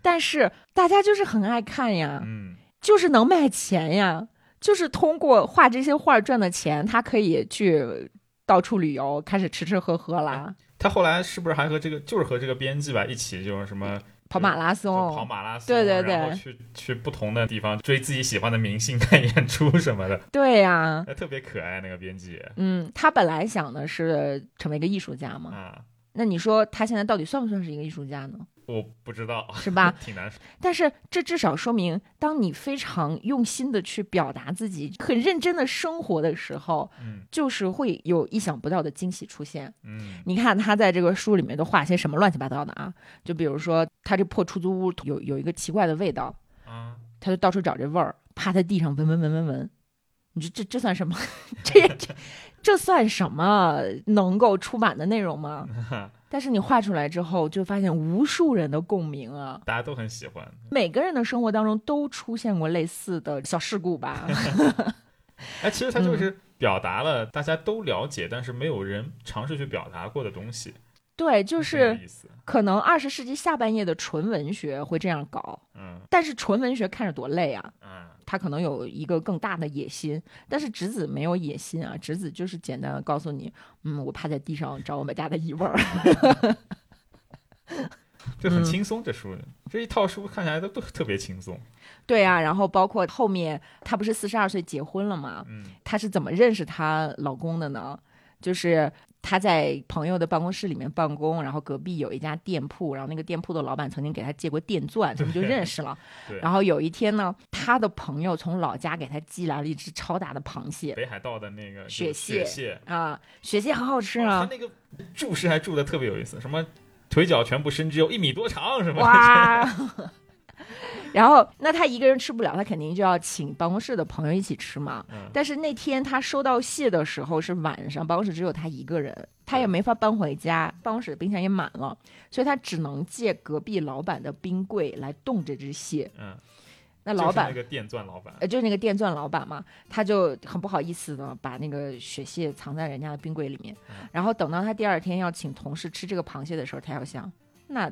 B: 但是大家就是很爱看呀，
C: 嗯
B: 就是能卖钱呀，就是通过画这些画赚的钱，他可以去到处旅游，开始吃吃喝喝啦，
C: 他后来是不是还和这个就是和这个编辑吧一起就是什么
B: 跑马拉
C: 就
B: 松，
C: 跑马拉松，啊
B: 对对对
C: 然后去去不同的地方追自己喜欢的明星看演出什 么的，
B: 对呀、
C: 哎，特别可爱那个编辑
B: 嗯，他本来想的是成为一个艺术家嘛，
C: 啊，
B: 那你说他现在到底算不算是一个艺术家呢？
C: 我不知道，
B: 是吧？
C: 挺难说。
B: 但是这至少说明，当你非常用心的去表达自己，很认真的生活的时候，
C: 嗯
B: 就是会有意想不到的惊喜出现。
C: 嗯
B: 你看他在这个书里面都画些什么乱七八糟的啊？就比如说他这破出租屋有有一个奇怪的味道，
C: 啊，
B: 他就到处找这味儿，趴在地上闻闻闻闻闻。你说这这算什么？ 这这这算什么能够出版的内容吗？但是你画出来之后，就发现无数人的共鸣啊！
C: 大家都很喜欢。
B: 每个人的生活当中都出现过类似的小事故吧？
C: 哎，其实它
B: 嗯
C: 就是表达了大家都了解，但是没有人尝试去表达过的东西，
B: 对，就
C: 这个
B: 是
C: 意思。
B: 可能二十世纪下半叶的纯文学会这样搞，
C: 嗯
B: 但是纯文学看着多累啊！
C: 啊
B: 他可能有一个更大的野心，但是直子没有野心啊，直子就是简单的告诉你，嗯，我趴在地上找我们家的异味儿。
C: 就很
B: 嗯
C: 轻松。这书这一套书看起来都都特别轻松。嗯
B: 对啊，然后包括后面她不是四十二岁结婚了吗？
C: 嗯
B: 她是怎么认识她老公的呢？就是她在朋友的办公室里面办公，然后隔壁有一家店铺，然后那个店铺的老板曾经给她借过电钻，他们就认识了
C: 对。
B: 然后有一天呢，她的朋友从老家给她寄来了一只超大的螃蟹
C: 北海道的那个
B: 雪蟹
C: 蟹，蟹
B: 啊，雪蟹很好吃
C: 他
B: 啊。
C: 那个注释还注的特别有意思，什么腿脚全部伸直有一米多长， 什么
B: 哇！然后，那他一个人吃不了，他肯定就要请办公室的朋友一起吃嘛。
C: 嗯
B: 但是那天他收到蟹的时候是晚上，办公室只有他一个人，他也没法搬回家，办公室的冰箱也满了，所以他只能借隔壁老板的冰柜来冻这只蟹。
C: 嗯，
B: 那老
C: 就是
B: 板
C: 那。个电钻老板，
B: 呃，就是那个电钻老板嘛，他就很不好意思的把那个雪蟹藏在人家的冰柜里面
C: 嗯，
B: 然后等到他第二天要请同事吃这个螃蟹的时候，他要想，那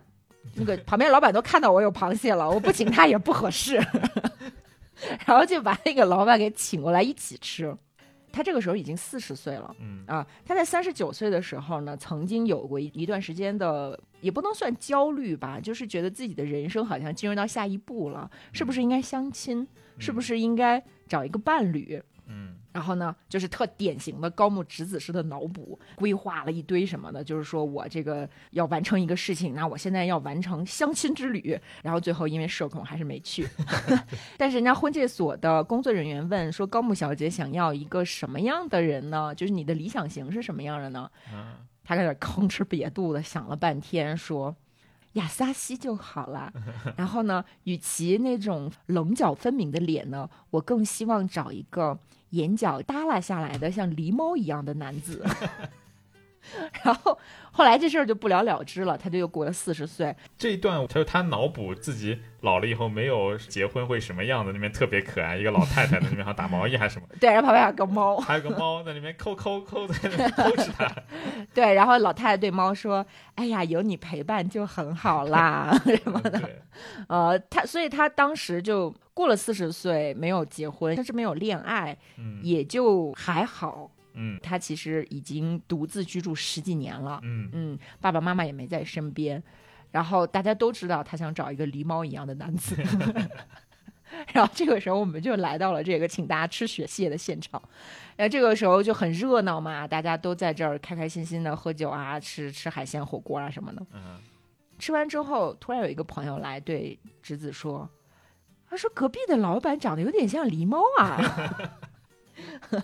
B: 那个旁边老板都看到我有螃蟹了，我不请他也不合适， 然后就把那个老板给请过来一起吃。他这个时候已经四十岁了
C: 嗯
B: 啊，他在三十九岁的时候呢，曾经有过一一段时间的，也不能算焦虑吧，就是觉得自己的人生好像进入到下一步了，是不是应该相亲？是不
C: 嗯
B: 是应该找一个伴侣？
C: 嗯
B: 然后呢，就是特典型的高木直子式的脑补，规划了一堆什么的，就是说我这个要完成一个事情，那我现在要完成相亲之旅，然后最后因为社恐还是没去。 但是人家婚介所的工作人员问说，高木小姐想要一个什么样的人呢？就是你的理想型是什么样的呢？
C: 啊
B: 他在那儿吭哧瘪肚的想了半天，说：“亚萨西就好了。”然后呢，与其那种棱角分明的脸呢，我更希望找一个眼角耷拉下来的像狸猫一样的男子。 然后后来这事儿就不了了之了，他就又过了四十岁。
C: 这一段，他说他脑补自己老了以后没有结婚会什么样子，那边特别可爱，一个老太太在那边好像打毛衣还是什么，
B: 对，然后旁边还有个猫，
C: 还有个猫在那边抠抠抠在那 边抠着它，
B: 对，然后老太太对猫说：“哎呀，有你陪伴就很好啦。”
C: 对，
B: 呃，他所以他当时就过了四十岁，没有结婚，甚至没有恋爱，
C: 嗯
B: 也就还好。
C: 嗯
B: 他其实已经独自居住十几年了，
C: 嗯
B: 嗯，爸爸妈妈也没在身边，然后大家都知道他想找一个狸猫一样的男子。 然后这个时候我们就来到了这个请大家吃雪蟹的现场，然后这个时候就很热闹嘛，大家都在这儿开开心心的喝酒啊，吃吃海鲜火锅啊什么的。
C: 嗯
B: 吃完之后，突然有一个朋友来对侄子说：“他说隔壁的老板长得有点像狸猫啊。”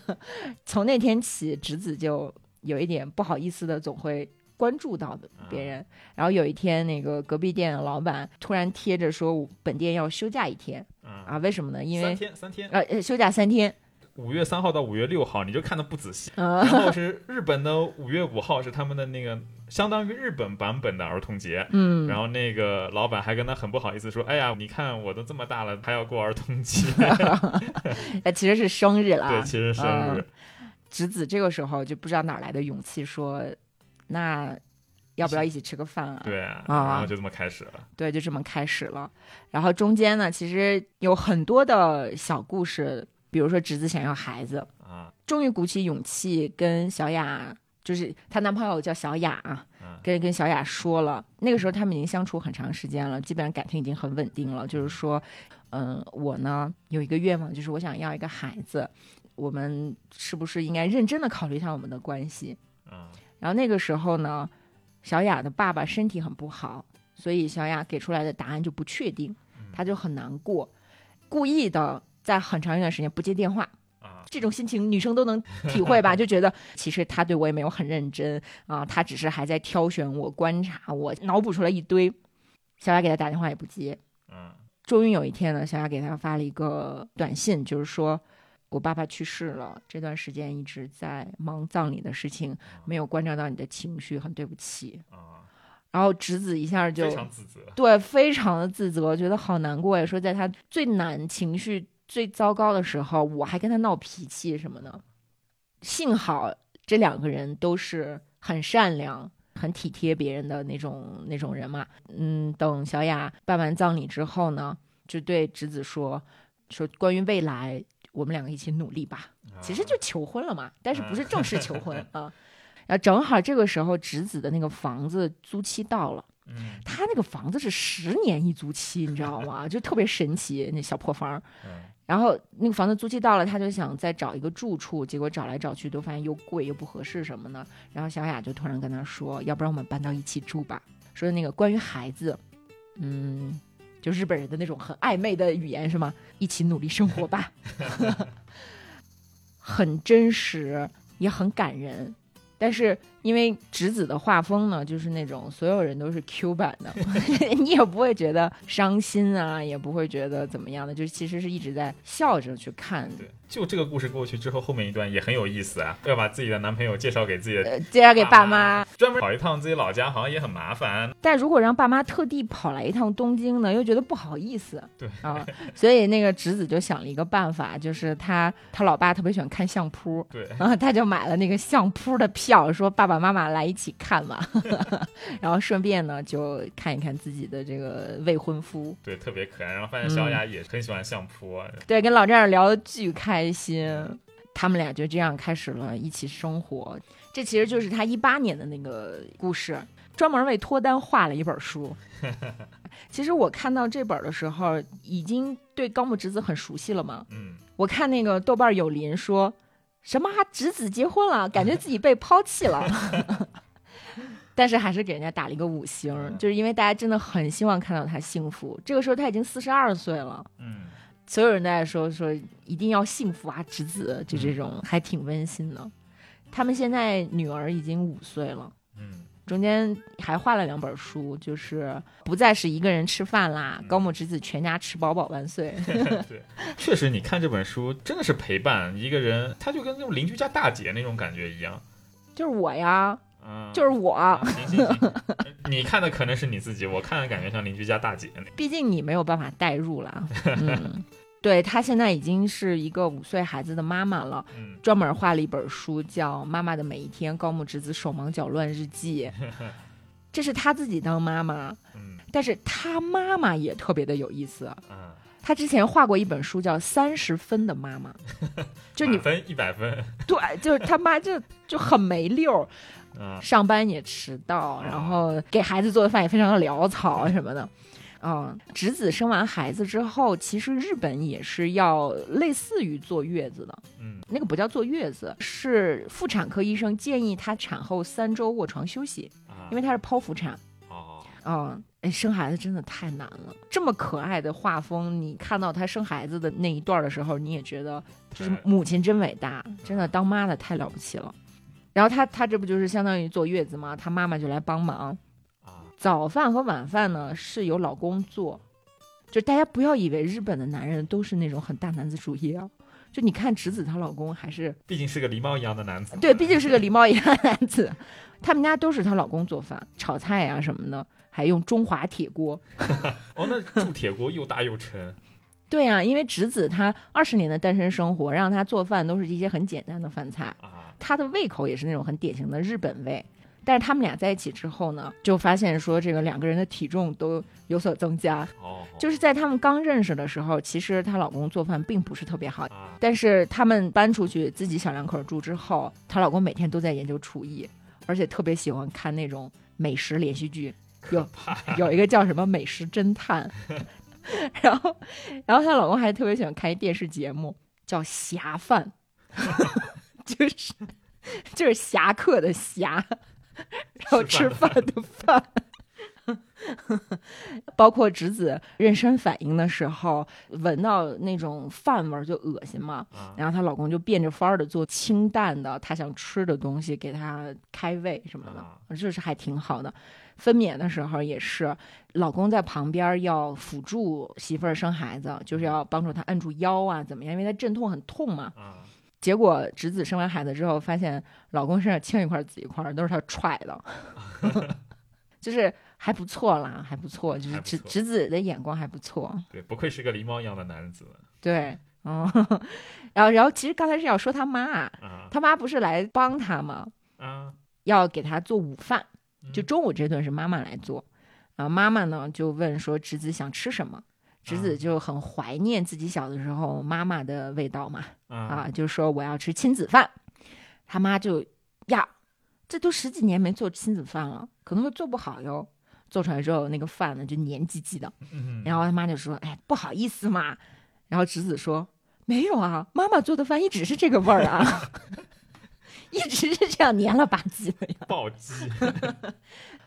B: 从那天起，侄子就有一点不好意思的，总会关注到的
C: 嗯
B: 别人。然后有一天，那个隔壁店的老板突然贴着说：“我本店要休假一天
C: 啊，
B: 啊？为什么呢？因
C: 三
B: 为
C: 天三天，
B: 呃呃休假三天。
C: 五月三号到五月六号，你就看的不 仔细。
B: 呃
C: 然后是日本的五月五号是他们的那个相当于日本版本的儿童节，
B: 嗯，
C: 然后那个老板还跟他很不好意思说：“哎呀，你看我都这么大了，还要过儿 童节。
B: 那呃其实是生日”啊啦
C: 对，。其实生
B: 嗯
C: 日，
B: 侄子这个时候就不知道哪来的勇气说：“那要不要一起吃个饭啊？”
C: 对啊，
B: 啊
C: 然后就这么开始了。
B: 对，就这么开始了。然后中间呢，其实有很多的小故事，比如说侄子想要孩子，
C: 啊，
B: 终于鼓起勇气跟小雅，就是她男朋友叫小雅啊
C: 嗯，
B: 跟跟小雅说了。那个时候他们已经相处很长时间了，基本上感情已经很稳定了。就是说，嗯，我呢有一个愿望，就是我想要一个孩子，我们是不是应该认真的考虑一下我们的关系？
C: 啊，
B: 然后那个时候呢，小雅的爸爸身体很不好，所以小雅给出来的答案就不确定，她就很难过，故意的在很长一段时间不接电话。
C: 啊，
B: 这种心情女生都能体会吧？就觉得其实他对我也没有很认真啊，他只是还在挑选我、观察我，脑补出来一堆。小雅给他打电话也不接，
C: 嗯
B: 终于有一天呢，小雅给他发了一个短信，就是说我爸爸去世了，这段时间一直在忙葬礼的事情，没有关照到你的情绪，很对不起。
C: 啊，
B: 然后侄子一下就
C: 非常自责，
B: 对，非常的自责，觉得好难过呀。说在他最难、情绪最糟糕的时候，我还跟他闹脾气什么的。幸好这两个人都是很善良、很体贴别人的那种那种人嘛。嗯，等小雅办完葬礼之后呢，就对侄子说说关于未来，我们两个一起努力吧。
C: 啊
B: 其实就求婚了嘛，但是不是正式求婚啊。然后正好这个时候，侄子的那个房子租期到了。
C: 嗯
B: 他那个房子是十年一租期，你知道吗？ 就特别神奇，那小破房儿。
C: 嗯
B: 然后那个房子租期到了，他就想再找一个住处，结果找来找去都发现又贵又不合适什么的。然后小雅就突然跟他说：“要不然我们搬到一起住吧？”说那个关于孩子，嗯，就日本人的那种很暧昧的语言是吗？一起努力生活吧，很真实，也很感人。但是因为直子的画风呢，就是那种所有人都是 Q 版的， 你也不会觉得伤心啊，也不会觉得怎么样的，就是其实是一直在笑着去看。
C: 对，就这个故事过去之后，后面一段也很有意思啊，要把自己的男朋友介绍给自己的。
B: 呃，介绍给爸妈，，
C: 专门跑一趟自己老家，好像也很麻烦。
B: 但如果让爸妈特地跑来一趟东京呢，又觉得不好意思。
C: 对
B: 啊，所以那个侄子就想了一个办法，就是他他老爸特别喜欢看相扑，
C: 对，
B: 然后他就买了那个相扑的票，说爸爸妈妈来一起看嘛， 然后顺便呢就看一看自己的这个未婚夫。
C: 对，特别可爱。然后发现小雅也很喜欢相扑啊，
B: 对，跟老丈人聊的巨开心，他们俩就这样开始了一起生活。这其实就是他一八年的那个故事，专门为脱单画了一本书。其实我看到这本的时候，已经对高木直子很熟悉了嘛。
C: 嗯，
B: 我看那个豆瓣有邻说，什么啊直子结婚了，感觉自己被抛弃了。但是还是给人家打了一个五星，就是因为大家真的很希望看到他幸福。这个时候他已经四十二岁了，
C: 嗯，
B: 所有人都在说说一定要幸福啊，侄子就这
C: 嗯
B: 种，还挺温馨的。他们现在女儿已经五岁了，
C: 嗯，
B: 中间还画了两本书，就是不再是一个人吃饭啦，
C: 嗯
B: 高木直子全家吃饱饱万岁。
C: 对，确实，你看这本书真的是陪伴一个人，他就跟那种邻居家大姐那种感觉一样，
B: 就是我呀，
C: 嗯，
B: 就是我，
C: 啊，行行行， 你看的可能是你自己，我看的感觉像邻居家大姐那
B: 毕竟你没有办法代入 了。嗯，对她现在已经是一个五岁孩子的妈妈了。
C: 嗯
B: 专门画了一本书，叫《妈妈的每一天：高木直子手忙脚乱日 记》，这是她自己当妈妈，
C: 嗯
B: 但是她妈妈也特别的有意思。
C: 啊，
B: 她之前画过一本书叫《三十分的妈妈》，就你
C: 满分一百分，
B: 对，就是他妈就就很没溜儿，
C: 啊，
B: 上班也迟到，然后给孩子做的饭也非常的潦草什么的。嗯，侄子生完孩子之后，其实日本也是要类似于坐月子的，
C: 嗯
B: 那个不叫坐月子，是妇产科医生建议她产后三周卧床休息，
C: 啊，
B: 因为她是剖腹产。
C: 哦，
B: 嗯，哎，生孩子真的太难了。这么可爱的画风，你看到她生孩子的那一段的时候，你也觉得就是
C: 对
B: 母亲真伟大，真的当妈的太了不起了。然后她她这不就是相当于坐月子吗？她妈妈就来帮忙，
C: 啊，
B: 早饭和晚饭呢是由老公做。就大家不要以为日本的男人都是那种很大男子主义啊，就你看直子她老公还是
C: 毕竟是个狸猫一样的男子，
B: 对，毕竟是个狸猫一样的男子。他们家都是她老公做饭、炒菜呀、什么的，还用中华铁锅。
C: 哦，那铸铁锅又大又沉，
B: 对呀、因为直子她二十年的单身生活，让她做饭都是一些很简单的饭菜，
C: 啊，
B: 她的胃口也是那种很典型的日本胃。但是他们俩在一起之后呢，就发现说这个两个人的体重都有所增加。
C: 哦，
B: 就是在他们刚认识的时候，其实她老公做饭并不是特别好，
C: 啊，
B: 但是他们搬出去自己小两口住之后，她老公每天都在研究厨艺，而且特别喜欢看那种美食连续剧，有有一个叫什么《美食侦探》，然后然后她老公还特别喜欢看一电视节目叫《侠饭》， 就是就是侠客的侠，然后吃
C: 吃
B: 饭的饭。包括侄子妊娠反应的时候，闻到那种饭味儿就恶心嘛，
C: 啊
B: 然后她老公就变着法儿的做清淡的她想吃的东西给她开胃什么
C: 啊
B: 的，这是还挺好的。分娩的时候也是，老公在旁边儿要辅助媳妇儿生孩子，就是要帮助她按住腰啊，怎么样？因为她阵痛很痛嘛。
C: 啊，
B: 结果侄子生完孩子之后，发现老公身上青一块儿紫一块儿，都是他踹的， 就是还不错啦，还不错，就是
C: 还不
B: 侄
C: 错
B: 侄子的眼光还不错，
C: 对，不愧是个狸猫一样的男子
B: 对，嗯，然后然后其实刚才是要说他妈，
C: 啊
B: 他妈不是来帮他吗？
C: 啊，
B: 要给他做午饭，就
C: 嗯
B: 中午这顿是妈妈来做，然后妈妈呢就问说侄子想吃什么，侄子
C: 啊
B: 就很怀念自己小的时候妈妈的味道嘛，
C: 啊
B: 啊，就说我要吃亲子饭，他妈就呀，这都十几年没做亲子饭了，可能会做不好哟。做出来之后，那个饭呢就黏唧唧的，
C: 嗯
B: 然后他妈就说：“哎，不好意思嘛。”然后侄子说：“没有啊，妈妈做的饭一直是这个味儿啊， 一直是这样黏了吧唧的呀。”
C: 暴击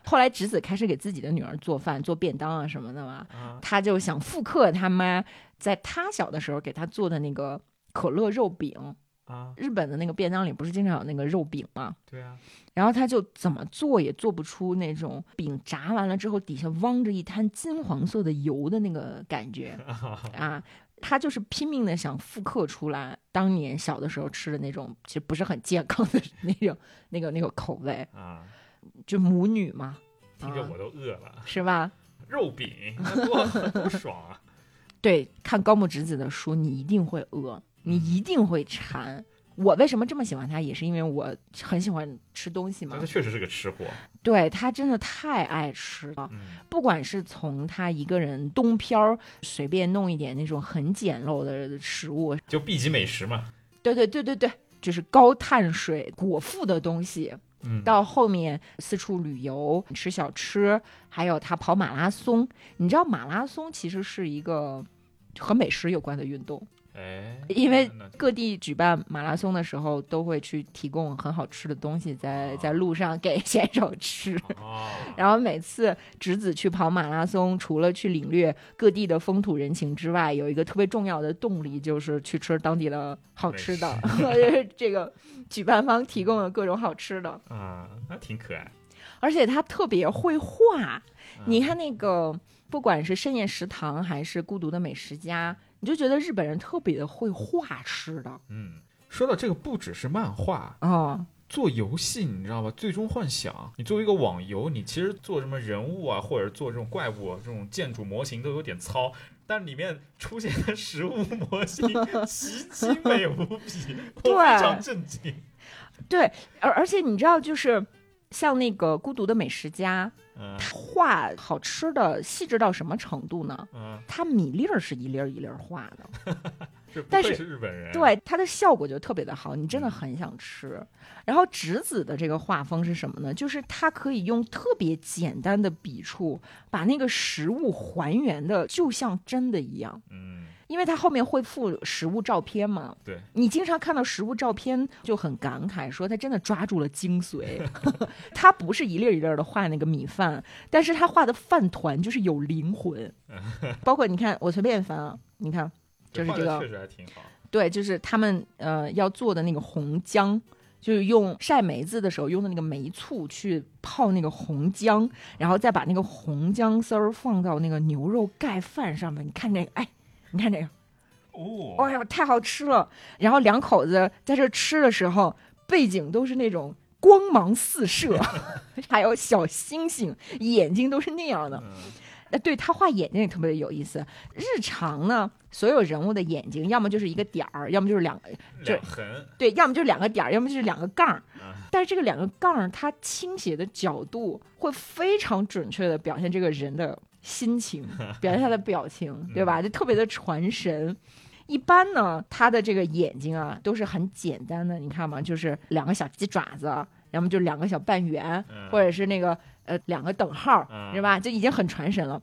B: 后来侄子开始给自己的女儿做饭，做便当啊什么的嘛，
C: 啊
B: 他就想复刻他妈在他小的时候给他做的那个可乐肉饼，
C: 啊，
B: 日本的那个便当里不是经常有那个肉饼吗？
C: 对啊，
B: 然后他就怎么做也做不出那种饼炸完了之后底下汪着一滩金黄色的油的那个感 觉啊，他就是拼命的想复刻出来当年小的时候吃的那种，其实不是很健康的 那种那个那个口味，
C: 啊，
B: 就母女嘛，
C: 听着
B: 啊
C: 我都饿了，
B: 是吧？
C: 肉饼那多多爽 啊！
B: 对，看高木直子的书，你一定会饿，你
C: 嗯
B: 一定会馋。我为什么这么喜欢他，也是因为我很喜欢吃东西嘛
C: 但他。确实是个吃货，
B: 对他真的太爱吃了，
C: 嗯
B: 不管是从他一个人东漂儿随便弄一点那种很简陋的食物，
C: 就 B 级美食嘛，
B: 对对对对对，就是高碳水果腹的东西，
C: 嗯，
B: 到后面四处旅游吃小吃，还有他跑马拉松。你知道马拉松其实是一个和美食有关的运动，
C: 哎，
B: 因为
C: 那
B: 各地举办马拉松的时候都会去提供很好吃的东西在在路上给 选手吃。
C: 哦，
B: 然后每次侄子去跑马拉松，除了去领略各地的风土人情之外，有一个特别重要的动力，就是去吃当地的好吃的， 就是这个举办方提供的各种好吃的。
C: 啊，那挺可爱。
B: 而且他特别会画，你
C: 啊
B: 看那个，不管是深夜食堂还是孤独的美食家，你就觉得日本人特别的会画吃的。
C: 嗯，说到这个，不只是漫画，
B: 哦，
C: 做游戏，你知道吧？最终幻想，你作为一个网游，你其实做什么人物啊，或者做这种怪物、啊、这种建筑模型都有点糙，但里面出现的实物模型 奇奇美无比，我非
B: 对
C: 常震惊。
B: 对，而而且你知道，就是像那个孤独的美食家，
C: 嗯
B: 他画好吃的细致到什么程度呢？
C: 嗯，
B: 它米粒儿是一粒儿一粒儿画的，
C: 这不
B: 但
C: 愧
B: 是
C: 是日本人，，
B: 对它的效果就特别的好，你真的很想吃。然后直子的这个画风是什么呢？就是它可以用特别简单的笔触，把那个食物还原的就像真的一样。
C: 嗯，
B: 因为它后面会附食物照片嘛，
C: 对，
B: 你经常看到食物照片就很感慨，说他真的抓住了精髓。他不是一粒儿一粒儿的画那个米饭，但是他画的饭团就是有灵魂。包括你看，我随便翻啊，你看，就是
C: 画
B: 这
C: 得
B: 个
C: 确实还挺好。
B: 对，就是他们呃要做的那个红姜，就是用晒梅子的时候用的那个梅醋去泡那个红姜，然后再把那个红姜丝儿放到那个牛肉盖饭上面。你看这个，哎，你看这个，
C: 哦
B: 哎，呦，太好吃了！然后两口子在这吃的时候，背景都是那种光芒四射， 还有小星星，眼睛都是那样的。
C: 嗯
B: 呃，对他画眼睛也特别有意思。日常呢，所有人物的眼睛要么就是一个点儿，要么就是两个，
C: 两横，
B: 对，要么就是两个点儿，要么就是两个杠儿
C: 嗯。
B: 但是这个两个杠儿，它倾斜的角度会非常准确的表现这个人的心情，表现他的 表
C: 嗯
B: 情，对吧？就特别的传神。一般呢，他的这个眼睛啊，都是很简单的，你看嘛，就是两个小鸡爪子，要么就两个小半圆，
C: 嗯
B: 或者是那个呃两个等号，
C: 嗯
B: 是吧？就已经很传神了。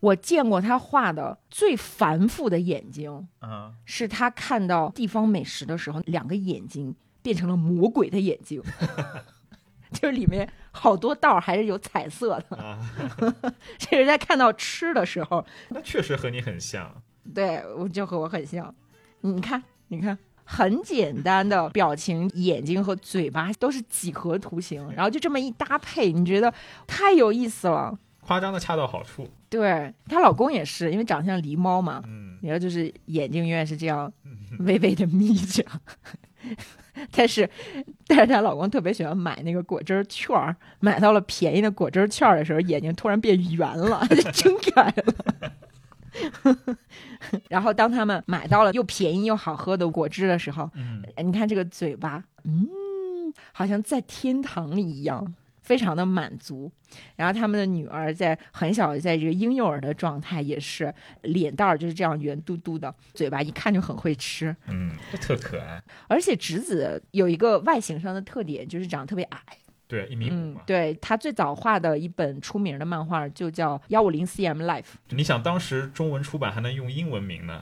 B: 我见过他画的最繁复的眼睛，
C: 嗯，
B: 是他看到地方美食的时候，两个眼睛变成了魔鬼的眼睛，就是里面好多道儿还是有彩色的。
C: 啊，
B: 这 是在看到吃的时候，
C: 那确实和你很像。
B: 对我就和我很像。你看，你看，很简单的表情，眼睛和嘴巴都是几何图形，然后就这么一搭配，你觉得太有意思了。
C: 夸张的恰到好处，
B: 对她老公也是，因为长相狸猫嘛，
C: 嗯，
B: 然后就是眼睛永远是这样微微的眯着。 但是，但是她老公特别喜欢买那个果汁儿券儿，买到了便宜的果汁儿券儿的时候，眼睛突然变圆了， 就睁开了。 然后，当他们买到了又便宜又好喝的果汁的时候，
C: 嗯，
B: 哎你看这个嘴巴，嗯，好像在天堂里一样，非常的满足。然后他们的女儿在很小，在这个婴幼儿的状态也是脸蛋儿就是这样圆嘟嘟的，嘴巴一看就很会吃。
C: 嗯，这特可爱。
B: 而且侄子有一个外形上的特点，就是长得特别矮。
C: 对，一米五
B: 嗯
C: 嘛，。
B: 对他最早画的一本出名的漫画就叫《幺五零 CM Life
C: 你想，当时中文出版还能用英文名呢，》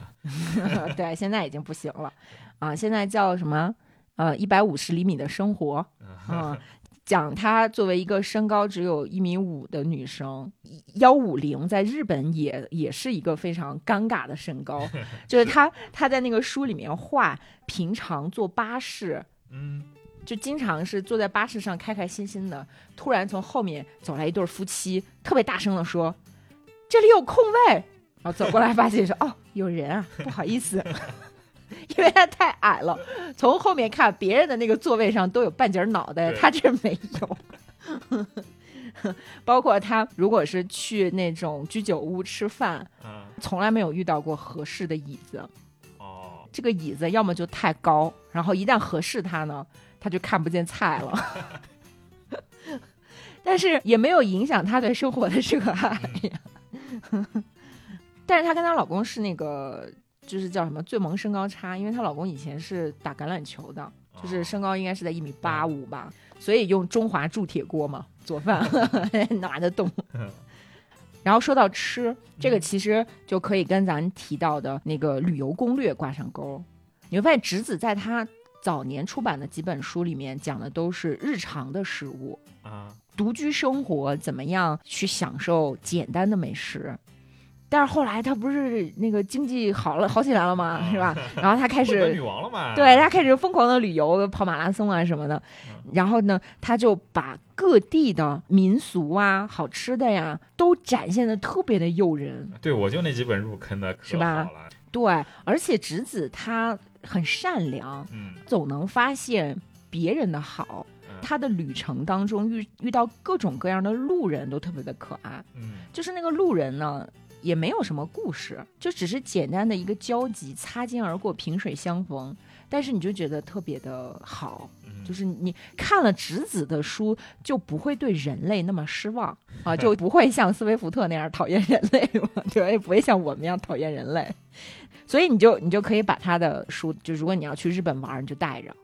B: 对，现在已经不行了啊，现在叫什么？呃，一百五十厘米的生活。嗯，讲她作为一个身高只有一米五的女生，幺五零在日本也也是一个非常尴尬的身高，就是她她在那个书里面画，平常坐巴士。
C: 嗯，
B: 就经常是坐在巴士上开开心心的，突然从后面走来一对夫妻，特别大声的说：“这里有空位。”然后走过来发现说：“哦，有人啊，不好意思， 因为他太矮了，从后面看别人的那个座位上都有半截脑袋，
C: 对
B: 他这没有。” 包括他如果是去那种居酒屋吃饭，
C: 啊，
B: 从来没有遇到过合适的椅子。
C: 哦，
B: 这个椅子要么就太高，然后一旦合适它呢，它就看不见菜了。 但是也没有影响她对生活的热爱。但是她跟她老公是那个，就是叫什么最萌身高差，因为她老公以前是打橄榄球的，
C: 哦
B: 就是身高应该是在一米八五吧，所以用中华铸铁锅嘛做饭， 哎拿得动。
C: 嗯
B: 然后说到吃，这个其实就可以跟咱提到的那个旅游攻略挂上钩。你会发现，直子在他早年出版的几本书里面讲的都是日常的食物，
C: 啊，
B: 独居生活怎么样去享受简单的美食。但是后来他不是那个经济好了好起来了吗？是吧？然后他开
C: 日本
B: 始
C: 女王了嘛？
B: 对，他开始疯狂的旅游，跑马拉松啊什么的。然后呢，他就把各地的民俗啊、好吃的呀，都展现的特别的诱人。
C: 对我就那几本入坑的，可
B: 是吧
C: 好了？
B: 对，而且直子他很善良，
C: 嗯，
B: 总能发现别人的好。
C: 嗯
B: 他的旅程当中遇遇到各种各样的路人都特别的可爱，
C: 嗯，
B: 就是那个路人呢。也没有什么故事，就只是简单的一个交集，擦肩而过，萍水相逢。但是你就觉得特别的好，
C: 嗯
B: 就是你看了直子的书，就不会对人类那么失望啊，就不会像斯威夫特那样讨厌人类嘛， 对，也不会像我们一样讨厌人类。所以你就你就可以把他的书，就如果你要去日本玩，你就带着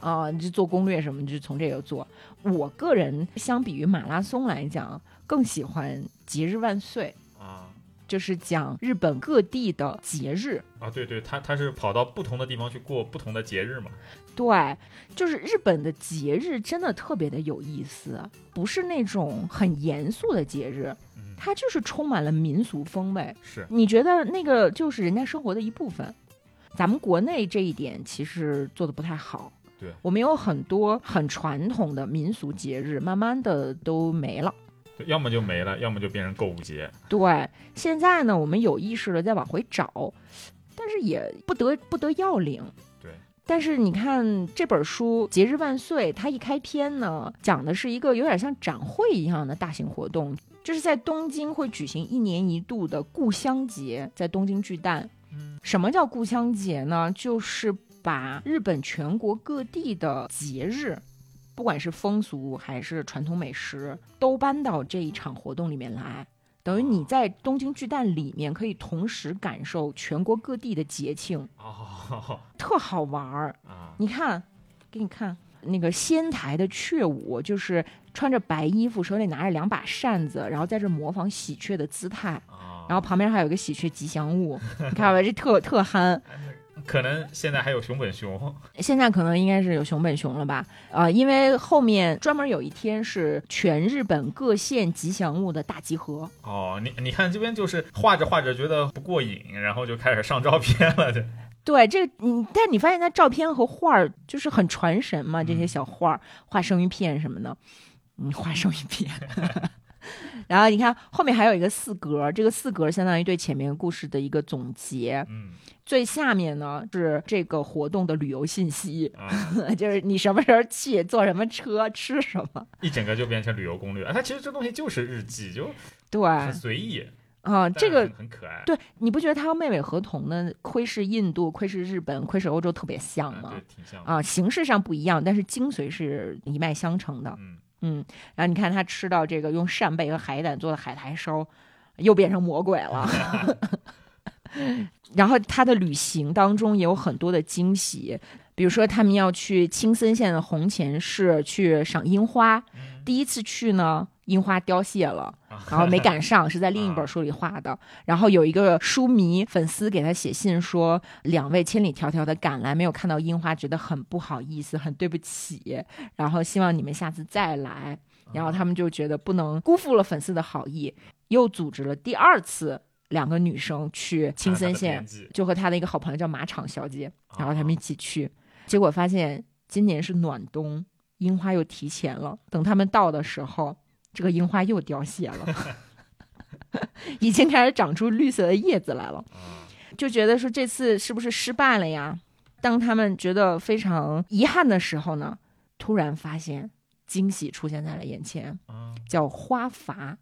C: 啊，
B: 啊，你就做攻略什么，你就从这个做。我个人相比于马拉松来讲，更喜欢《节日万岁》，
C: 啊
B: 就是讲日本各地的节日。
C: 啊，对对，他他是跑到不同的地方去过不同的节日嘛，
B: 对，就是日本的节日真的特别的有意思，不是那种很严肃的节日，
C: 嗯，
B: 它就是充满了民俗风味。
C: 是，
B: 你觉得那个就是人家生活的一部分？咱们国内这一点其实做的不太好。
C: 对
B: 我们有很多很传统的民俗节日，慢慢的都没了。
C: 对要么就没了，要么就变成购物节，
B: 对，现在呢，我们有意识的在往回找，但是也不得不得要领。
C: 对，
B: 但是你看这本书《节日万岁》，它一开篇呢，讲的是一个有点像展会一样的大型活动，就是在东京会举行一年一度的故乡节，在东京巨蛋。什么叫故乡节呢？就是把日本全国各地的节日，不管是风俗还是传统美食，都搬到这一场活动里面来。等于你在东京巨蛋里面可以同时感受全国各地的节庆，
C: 哦
B: 特好玩儿。
C: 啊，
B: 你看，给你看那个仙台的雀舞，就是穿着白衣服，手里拿着两把扇子，然后在这模仿喜鹊的姿态，
C: 啊，
B: 然后旁边还有一个喜鹊吉祥物，你看吧，这特特憨。
C: 可能现在还有熊本熊，
B: 现在可能应该是有熊本熊了吧？啊、因为后面专门有一天是全日本各县吉祥物的大集合，
C: 哦，你你看这边就是画着画着觉得不过瘾，然后就开始上照片了，就
B: 对，这个你，但你发现它照片和画儿就是很传神嘛，这些
C: 嗯
B: 小画儿、画生鱼片什么的，嗯，画生鱼片。 然后你看后面还有一个四格儿，这个四格儿相当于对前面故事的一个总结。
C: 嗯
B: 最下面呢是这个活动的旅游信息，
C: 啊，
B: 就是你什么时候去，坐什么车，吃什么。
C: 一整个就变成旅游攻略。哎它其实这东西就是日记，就
B: 对，
C: 很嗯
B: 啊、
C: 随意，但
B: 这
C: 是
B: 个
C: 很很可爱。
B: 对，你不觉得它和妹妹合同呢，窥视印度、窥视日本、窥视欧洲特别像
C: 嗯，
B: 吗
C: 对，？挺像的。
B: 啊，形式上不一样，但是精髓是一脉相承的。
C: 嗯，
B: 嗯，然后你看他吃到这个用扇贝和海胆做的海苔烧，又变成魔鬼了。然后他的旅行当中也有很多的惊喜，比如说他们要去青森县的红前市去赏樱花，
C: 嗯
B: 第一次去呢，樱花凋谢了。
C: 啊
B: 然后没赶上，是在另一本书里画的。然后有一个书迷粉丝给他写信说，两位千里迢迢的赶来，没有看到樱花，觉得很不好意思，很对不起，然后希望你们下次再来。然后他们就觉得不能辜负了粉丝的好意，又组织了第二次两个女生去 青森
C: 啊
B: 县，，就和他的一个好朋友叫马场小姐，然后他们一起去，结果发现今年是暖冬，樱花又提前了。等他们到的时候，这个樱花又凋谢了，已经开始长出绿色的叶子来了。
C: 啊
B: 就觉得说这次是不是失败了呀？当他们觉得非常遗憾的时候呢，突然发现惊喜出现在了眼前，
C: 啊
B: 叫花筏。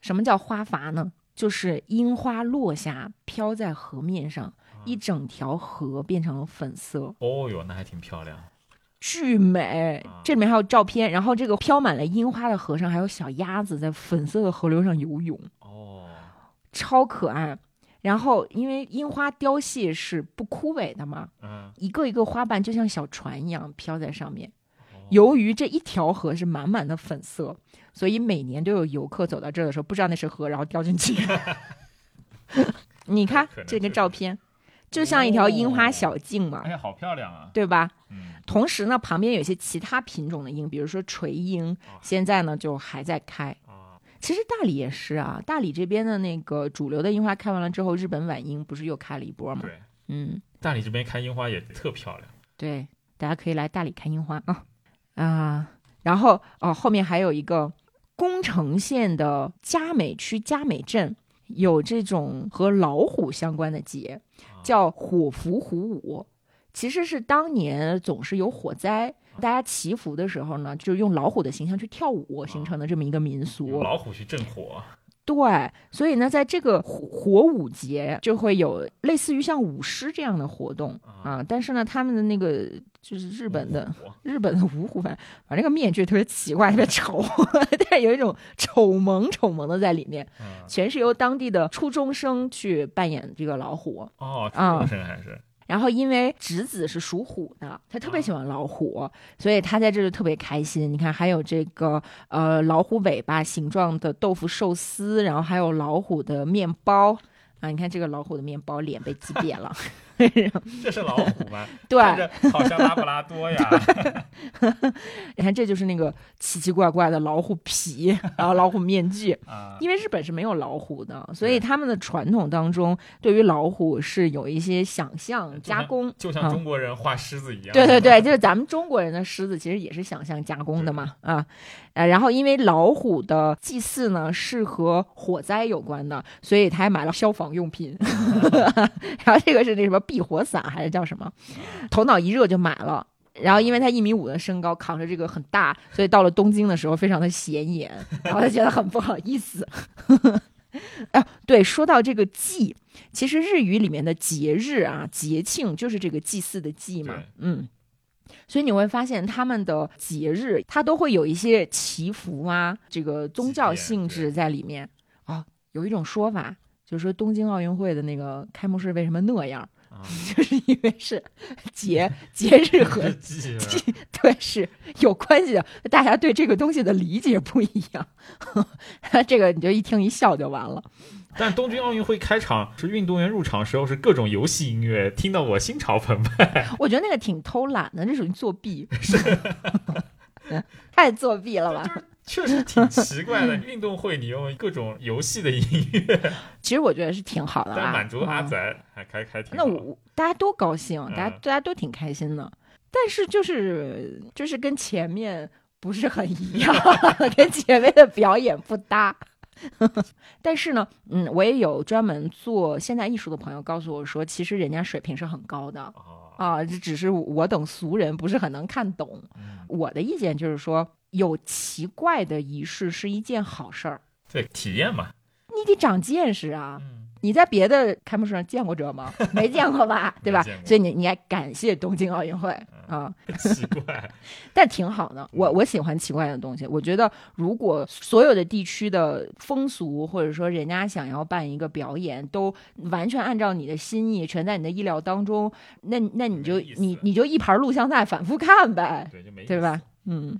B: 什么叫花筏呢？就是樱花落下，飘在河面上，一整条河变成了粉色，
C: 哦哟，那还挺漂亮。
B: 巨美
C: 啊。
B: 这里面还有照片，然后这个飘满了樱花的河上还有小鸭子在粉色的河流上游泳，
C: 哦，
B: 超可爱。然后因为樱花凋谢是不枯萎的嘛，
C: 嗯，
B: 一个一个花瓣就像小船一样飘在上面。
C: 哦
B: 由于这一条河是满满的粉色，所以每年都有游客走到这儿的时候不知道那是河，然后掉进去。 你看
C: 可能
B: 这
C: 就
B: 个
C: 是
B: 照片，就像一条樱花小径嘛，
C: 哎呀，好漂亮啊！
B: 对吧？
C: 嗯，
B: 同时呢，旁边有一些其他品种的樱，比如说垂樱
C: 啊，
B: 现在呢就还在开。
C: 啊，
B: 其实大理也是啊，大理这边的那个主流的樱花开完了之后，日本晚樱不是又开了一波吗？
C: 啊对，
B: 嗯，
C: 大理这边开樱花也特漂亮。
B: 对，大家可以来大理看樱花啊啊、然后哦，后面还有一个宫城县的佳美区佳美镇有这种和老虎相关的节，
C: 啊
B: 叫火符虎舞，其实是当年总是有火灾。大家祈福的时候呢，就用老虎的形象去跳舞，形成的这么一个民
C: 用
B: 俗。
C: 啊老虎去镇火，
B: 对，所以呢，在这个火火舞节就会有类似于像舞狮这样的活动
C: 啊嗯
B: 啊，但是呢，他们的那个就是日本的
C: 火
B: 日本的五虎，反正反正那个面具特别奇怪，特别丑， 但是有一种丑萌丑萌的在里面，
C: 嗯
B: 全是由当地的初中生去扮演这个老虎。
C: 哦，是
B: 啊
C: 陌生还 是
B: 然后因为侄子是属虎的，他
C: 啊
B: 特别喜欢老虎，所以他在这就特别开心。你看，还有这个呃老虎尾巴形状的豆腐寿司，然后还有老虎的面包。啊，你看这个老虎的面包脸被挤扁了，
C: 这是老虎吗？
B: 对，
C: 看着好像拉布拉多呀。
B: 你看这就是那个奇奇怪怪的老虎皮，然后老虎面具，
C: 啊，
B: 因为日本是没有老虎的，所以他们的传统当中对于老虎是有一些想象加工。
C: 就
B: 啊
C: 像中国人画狮子一样。
B: 对对对，就是咱们中国人的狮子其实也是想象加工的嘛啊，呃，然后因为老虎的祭祀呢是和火灾有关的，所以他还买了消防用品， 然后这个是那什么避火伞还是叫什么，头脑一热就买了。然后，因为他一米五的身高，扛着这个很大，所以到了东京的时候非常的显眼，然后他觉得很不好意思。 啊，对，说到这个祭，其实日语里面的节日啊、节庆就是这个祭祀的祭嘛
C: 对，
B: 嗯。所以你会发现，他们的节日它都会有一些祈福啊，这个宗教
C: 祭奠
B: 性质在里面。哦，有一种说法，就是说东京奥运会的那个开幕式为什么那样，
C: 啊，
B: 就是因为是节节日和
C: 日 记啊
B: 对，是有关系的。大家对这个东西的理解不一样， 这个你就一听一笑就完了。
C: 但东京奥运会开场是运动员入场时候是各种游戏音乐，听到我心潮澎湃。
B: 我觉得那个挺偷懒的，这属于作弊， 太作弊了 吧？
C: 确实挺奇怪的，运动会你用各种游戏的音 乐，
B: 其实我觉得是挺好的
C: 但
B: 啦，
C: 满足阿
B: 嗯
C: 宅还还还挺
B: 那
C: 好
B: 我大家都高兴，大家
C: 嗯
B: 大家都挺开心的，但是就是就是跟前面不是很一样， 跟前面的表演不搭。 但是呢，嗯，我也有专门做现代艺术的朋友告诉我说，其实人家水平是很高的
C: 啊，
B: 啊，这只是我等俗人不是很能看懂。
C: 嗯
B: 我的意见就是说，有奇怪的仪式是一件好事儿，
C: 对，体验嘛，
B: 你得长见识啊。
C: 嗯，
B: 你在别的开幕式上见过这 吗？没见过吧，对吧
C: 没见？过嗯
B: 所以你你也感谢东京奥运会啊、
C: 奇怪，
B: 但挺好的。我
C: 嗯
B: 我喜欢奇怪的东西。我觉得如果所有的地区的风俗，或者说人家想要办一个表演，都完全按照你的心意，全在你的意料当中，那那你就
C: 没意思
B: 你你就一盘录像带反复看呗，
C: 对，就没意思
B: 对吧？？嗯，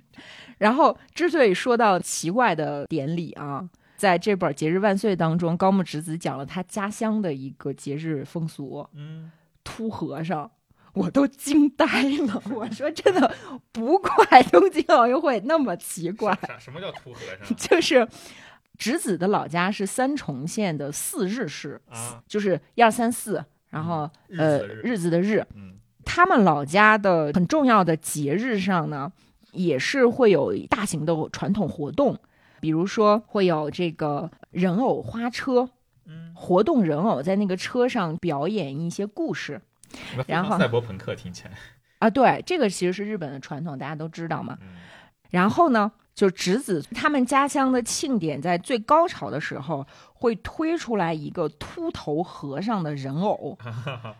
B: 然后之所以说到奇怪的典礼啊，在这本《节日万岁》当中，高木直子讲了他家乡的一个节日风俗
C: 嗯，
B: ——秃和尚。我都惊呆了，我说真的不怪东京奥运会那么奇怪，
C: 啥什么叫秃和 尚
B: 就是直子的老家是三重县的四日市，
C: 啊？
B: 就是一二三四，然后
C: 日
B: 呃
C: 子的日，
B: 日子的日，
C: 嗯，
B: 他们老家的很重要的节日上呢，也是会有大型的传统活动，比如说会有这个人偶花车
C: 嗯。
B: 活动，人偶在那个车上表演一些故事
C: 那非
B: 然
C: 常
B: 后
C: 赛博朋克听起来，
B: 啊。对，这个其实是日本的传统，大家都知道嘛。
C: 嗯，
B: 然后呢，就直子他们家乡的庆典，在最高潮的时候会推出来一个秃头和尚的人偶，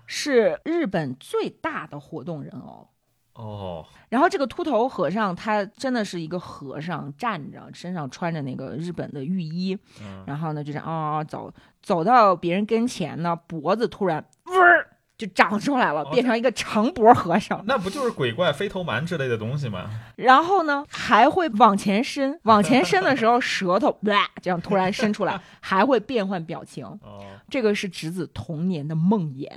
B: 是日本最大的活动人偶。
C: 哦，
B: 然后这个秃头和尚，他真的是一个和尚，站着，身上穿着那个日本的浴衣，
C: 嗯，
B: 然后呢就这样嗷嗷嗷走，走到别人跟前呢，脖子突然嗡儿就长出来了，
C: 哦
B: 变成一个长脖和 尚。
C: 那不就是鬼怪、飞头蛮之类的东西吗？
B: 然后呢还会往前伸，往前伸的 时候舌头哇这样突然伸出来，还会变换表情。
C: 哦，
B: 这个是侄子童年的梦魇，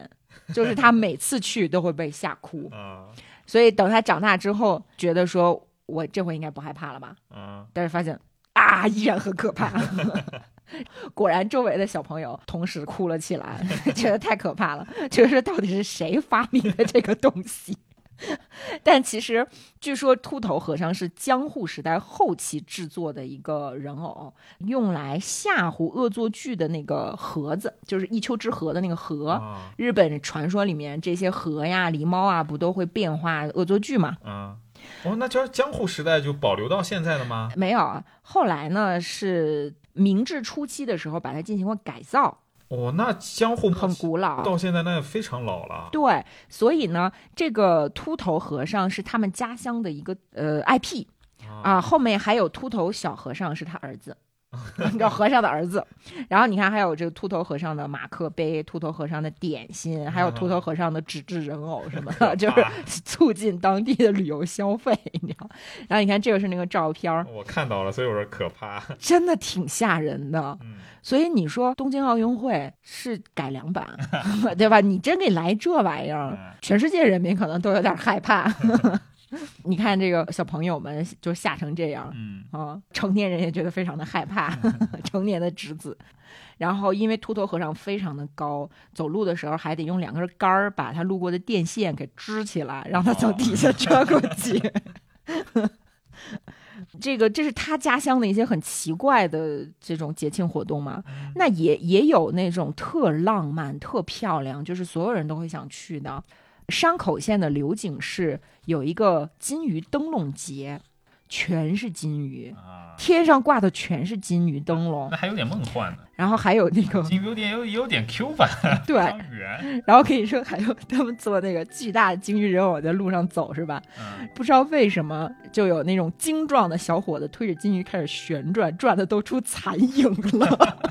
B: 就是他每次去都会被吓哭，
C: 啊
B: 所以等他长大之后，觉得说我这回应该不害怕了吧？
C: 啊，
B: 但是发现啊，依然很可怕。 果然，周围的小朋友同时哭了起来， 觉得太可怕了，觉得到底是谁发明的这个东西？ 但其实，据说秃头和尚是江户时代后期制作的一个人偶，用来吓唬恶作剧的那个盒子，就是一丘之貉的那个
C: 啊
B: 盒。
C: 啊
B: 日本传说里面，这些河呀、狸猫啊，不都会变化恶作剧嘛？
C: 啊，哦，那就是江户时代就保留到现在的吗？
B: 没有，啊，后来呢是明治初期的时候把它进行过改造，
C: 哦，那江户
B: 很古老。
C: 到现在那也非常老了。
B: 对，所以呢，这个秃头和尚是他们家乡的一个呃 IP 啊、
C: 啊，
B: 后面还有秃头小和尚是他儿子，你知道和尚的儿子。 然后你看，还有这个秃头和尚的马克杯、秃头和尚的点心，还有秃头和尚的纸质人偶什么的， 就是促进当地的旅游消费，你知道。然后你看，这个是那个照片 儿，
C: 哦我看到了，所以我说可怕。
B: 真的挺吓人的。
C: 嗯，
B: 所以你说东京奥运会是改良版，对吧？你真给来这玩意儿，
C: 嗯
B: 全世界人民可能都有点害怕。 你看这个小朋友们就吓成这样
C: 嗯，
B: 啊，成年人也觉得非常的害怕， 成年的侄子。然后因为秃头和尚非常的高，走路的时候还得用两根杆儿把他路过的电线给支起来，让他从底下穿过去。 这个这是他家乡的一些很奇怪的这种节庆活动嘛，那也也有那种特浪漫、特漂亮，就是所有人都会想去的。山口县的流井市有一个金鱼灯笼节，全是金鱼，
C: 啊，
B: 天上挂的全是金鱼灯笼
C: 那，还有点梦幻呢，
B: 然后还有那个
C: 金有点有有点 Q 版，
B: 对，
C: 张圆，
B: 然后可以说还有他们做那个巨大的金鱼人偶在路上走是吧？
C: 嗯，
B: 不知道为什么就有那种精壮的小伙子推着金鱼开始旋转， 转的都出残影了。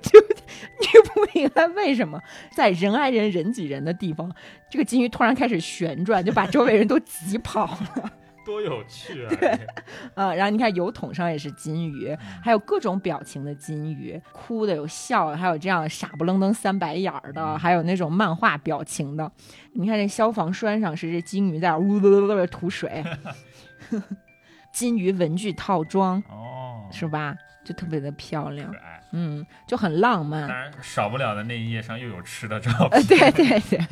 B: 就你不明白为什么在人挨人人挤人的地方，这个金鱼突然开始旋转，就把周围人都挤跑了
C: 多有趣啊！对，
B: 啊。然后你看油桶上也是金鱼，还有各种表情的金鱼，哭的有笑的，还有这样傻不愣登三白眼儿的，还有那种漫画表情的。你看这消防栓上是这金鱼在那儿呜噜噜噜噜吐水，金鱼文具套装
C: 哦，
B: 是吧？就特别的漂亮
C: 可，爱。
B: 嗯，就很浪漫
C: 哎当。然，少不了的那一页上又有吃的照
B: 呃，
C: 片。
B: 对对对，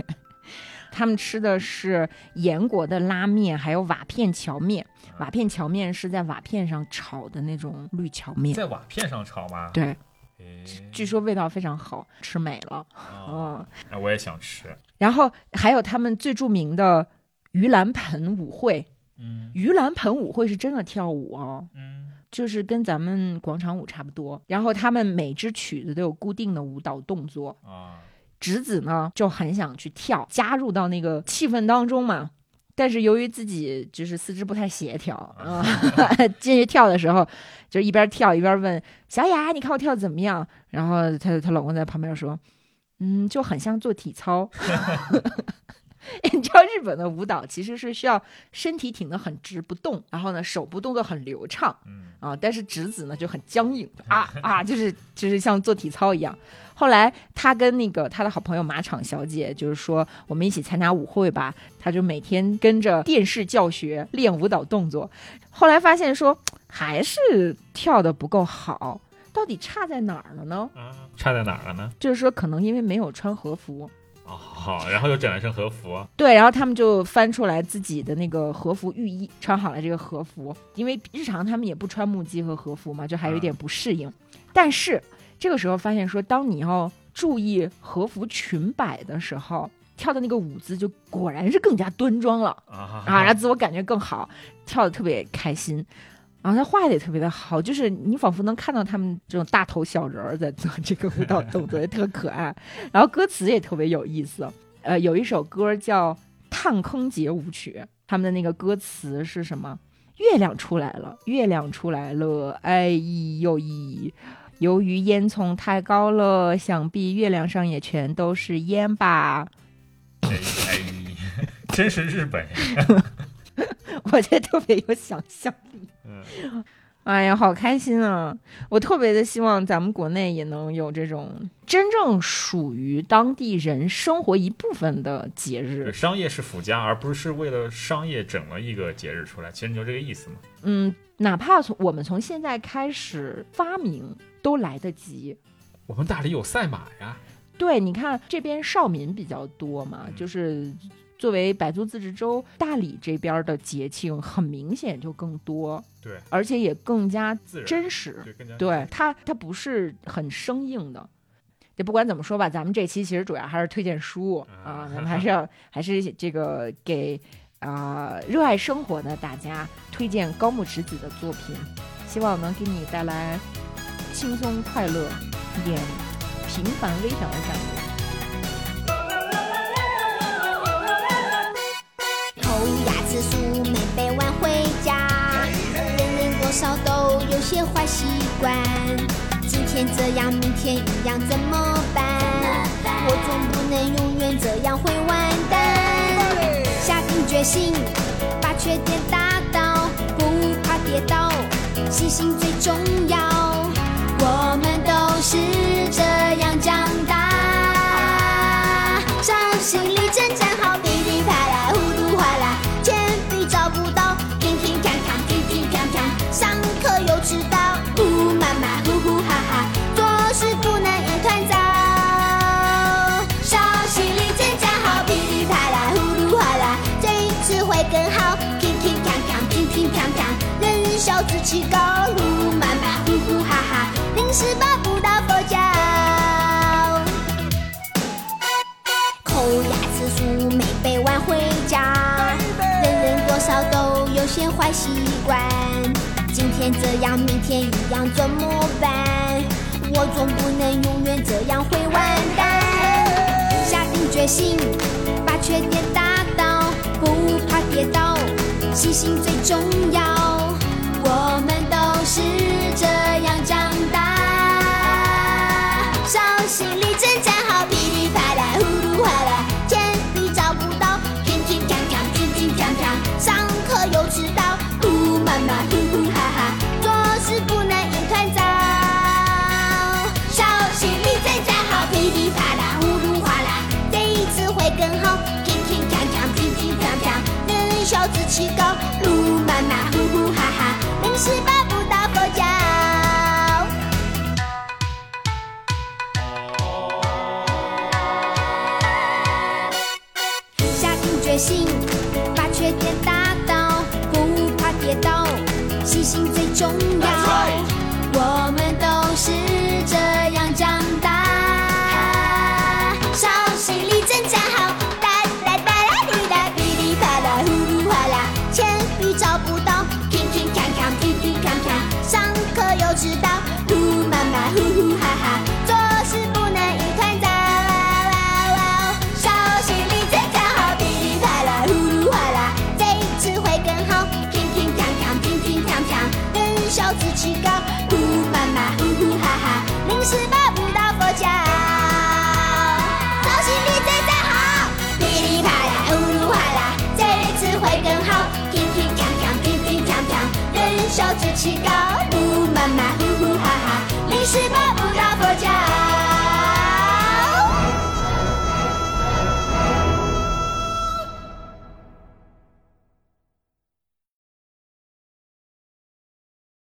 B: 他们吃的是盐国的拉面，还有瓦片荞面。瓦片荞面是在瓦片上炒的那种绿荞面，
C: 在瓦片上炒吗？
B: 对，
C: 诶，
B: 据说味道非常好，吃美了。
C: 哦
B: 嗯，
C: 啊，我也想吃。
B: 然后还有他们最著名的盂兰盆舞会，
C: 嗯
B: 盂兰盆舞会是真的跳舞哦，
C: 嗯
B: 就是跟咱们广场舞差不多。然后他们每支曲子都有固定的舞蹈动作，
C: 啊，
B: 侄子呢就很想去跳，加入到那个气氛当中嘛。但是由于自己就是四肢不太协调啊，进去跳的时候，就一边跳一边问小雅：“你看我跳的怎么样？”然后她她老公在旁边说：“嗯，就很像做体操。” 你知道日本的舞蹈其实是需要身体挺得很直不动，然后呢手部动作很流畅，
C: 嗯
B: 啊，但是直子呢就很僵硬啊啊，就是就是像做体操一样。后来他跟那个他的好朋友马场小姐，就是说我们一起参加舞会吧，他就每天跟着电视教学练舞蹈动作。后来发现说还是跳的不够好，到底差在哪儿了呢？
C: 啊，差在哪儿了呢？
B: 就是说可能因为没有穿和服。
C: 哦，好，然后又整了身和服。
B: 对，然后他们就翻出来自己的那个和服浴衣，穿好了这个和服，因为日常他们也不穿木屐和和服嘛，就还有一点不适应。但是这个时候发现说，当你要注意和服裙摆的时候，跳的那个舞姿就果然是更加端庄了
C: 啊
B: 啊，然后自我感觉更好，跳的特别开心。然后他画的也特别的好，就是你仿佛能看到他们这种大头小人儿在做这个舞蹈动作，也特可爱。然后歌词也特别有意思，呃，有一首歌叫《探坑节舞曲》，他们的那个歌词是什么？月亮出来了，月亮出来了，哎咦又咦。由于烟囱太高了，想必月亮上也全都是烟吧。
C: 哎哎， 真是日本。
B: 我觉得特别有想象
C: 嗯，
B: 哎呀，好开心啊！我特别的希望咱们国内也能有这种真正属于当地人生活一部分的节
C: 对
B: 日。
C: 商业是附加，而不是为了商业整了一个节日出来。其实你就这个意思嘛。
B: 嗯，哪怕从我们从现在开始发明都来得及。
C: 我们大理有赛马呀，
B: 对，你看这边少民比较多嘛，
C: 嗯
B: 就是作为傣族自治州，大理这边的节庆很明显就更多，
C: 对，
B: 而且也更加
C: 自然
B: 真实。
C: 对更加
B: 对它，它不是很生硬的。就不管怎么说吧，咱们这期其实主要还是推荐书啊
C: 啊，
B: 咱们还是要还是这个给啊、热爱生活的大家推荐高木直子的作品，希望能给你带来轻松快乐、一点平凡微小的感觉。
D: 头一大次数没背完回家，人人多少都有些坏习惯。今天这样，明天一样，怎么办？我总不能永远这样，会完蛋。下定决心，把缺点打倒，不怕跌倒，信心最重要。我们都是这样长大，掌心里阵阵好，噼里啪啦，呼噜哗啦，铅笔找不到，听听看看，听听看看，上课又迟到，呼妈妈，呼呼哈哈，做事不能一团糟，掌心里阵阵好，噼里啪啦，呼噜哗啦，这一次会更好，听听看看，听听看看，人小志气高，呼妈妈，呼呼哈哈，零十八不到佛教。扣押次数没背完回家，人人多少都有些坏习惯。今天这样，明天一样，怎么办？我总不能永远这样，会完蛋。下定决心，把缺点打倒，不怕跌倒，信心最重要。我们都是这样长大。手心里阵阵是狗，路漫漫，呼呼哈哈，临时抱不到佛脚。下定决心，把缺点打倒，不怕跌倒，细心最重要。我们都是这样长大，稍息力真加好，哒哒哒啦滴哒，噼里啪啦呼呼哗啦，铅笔找不到，听听看看，听听看看，上课又知道。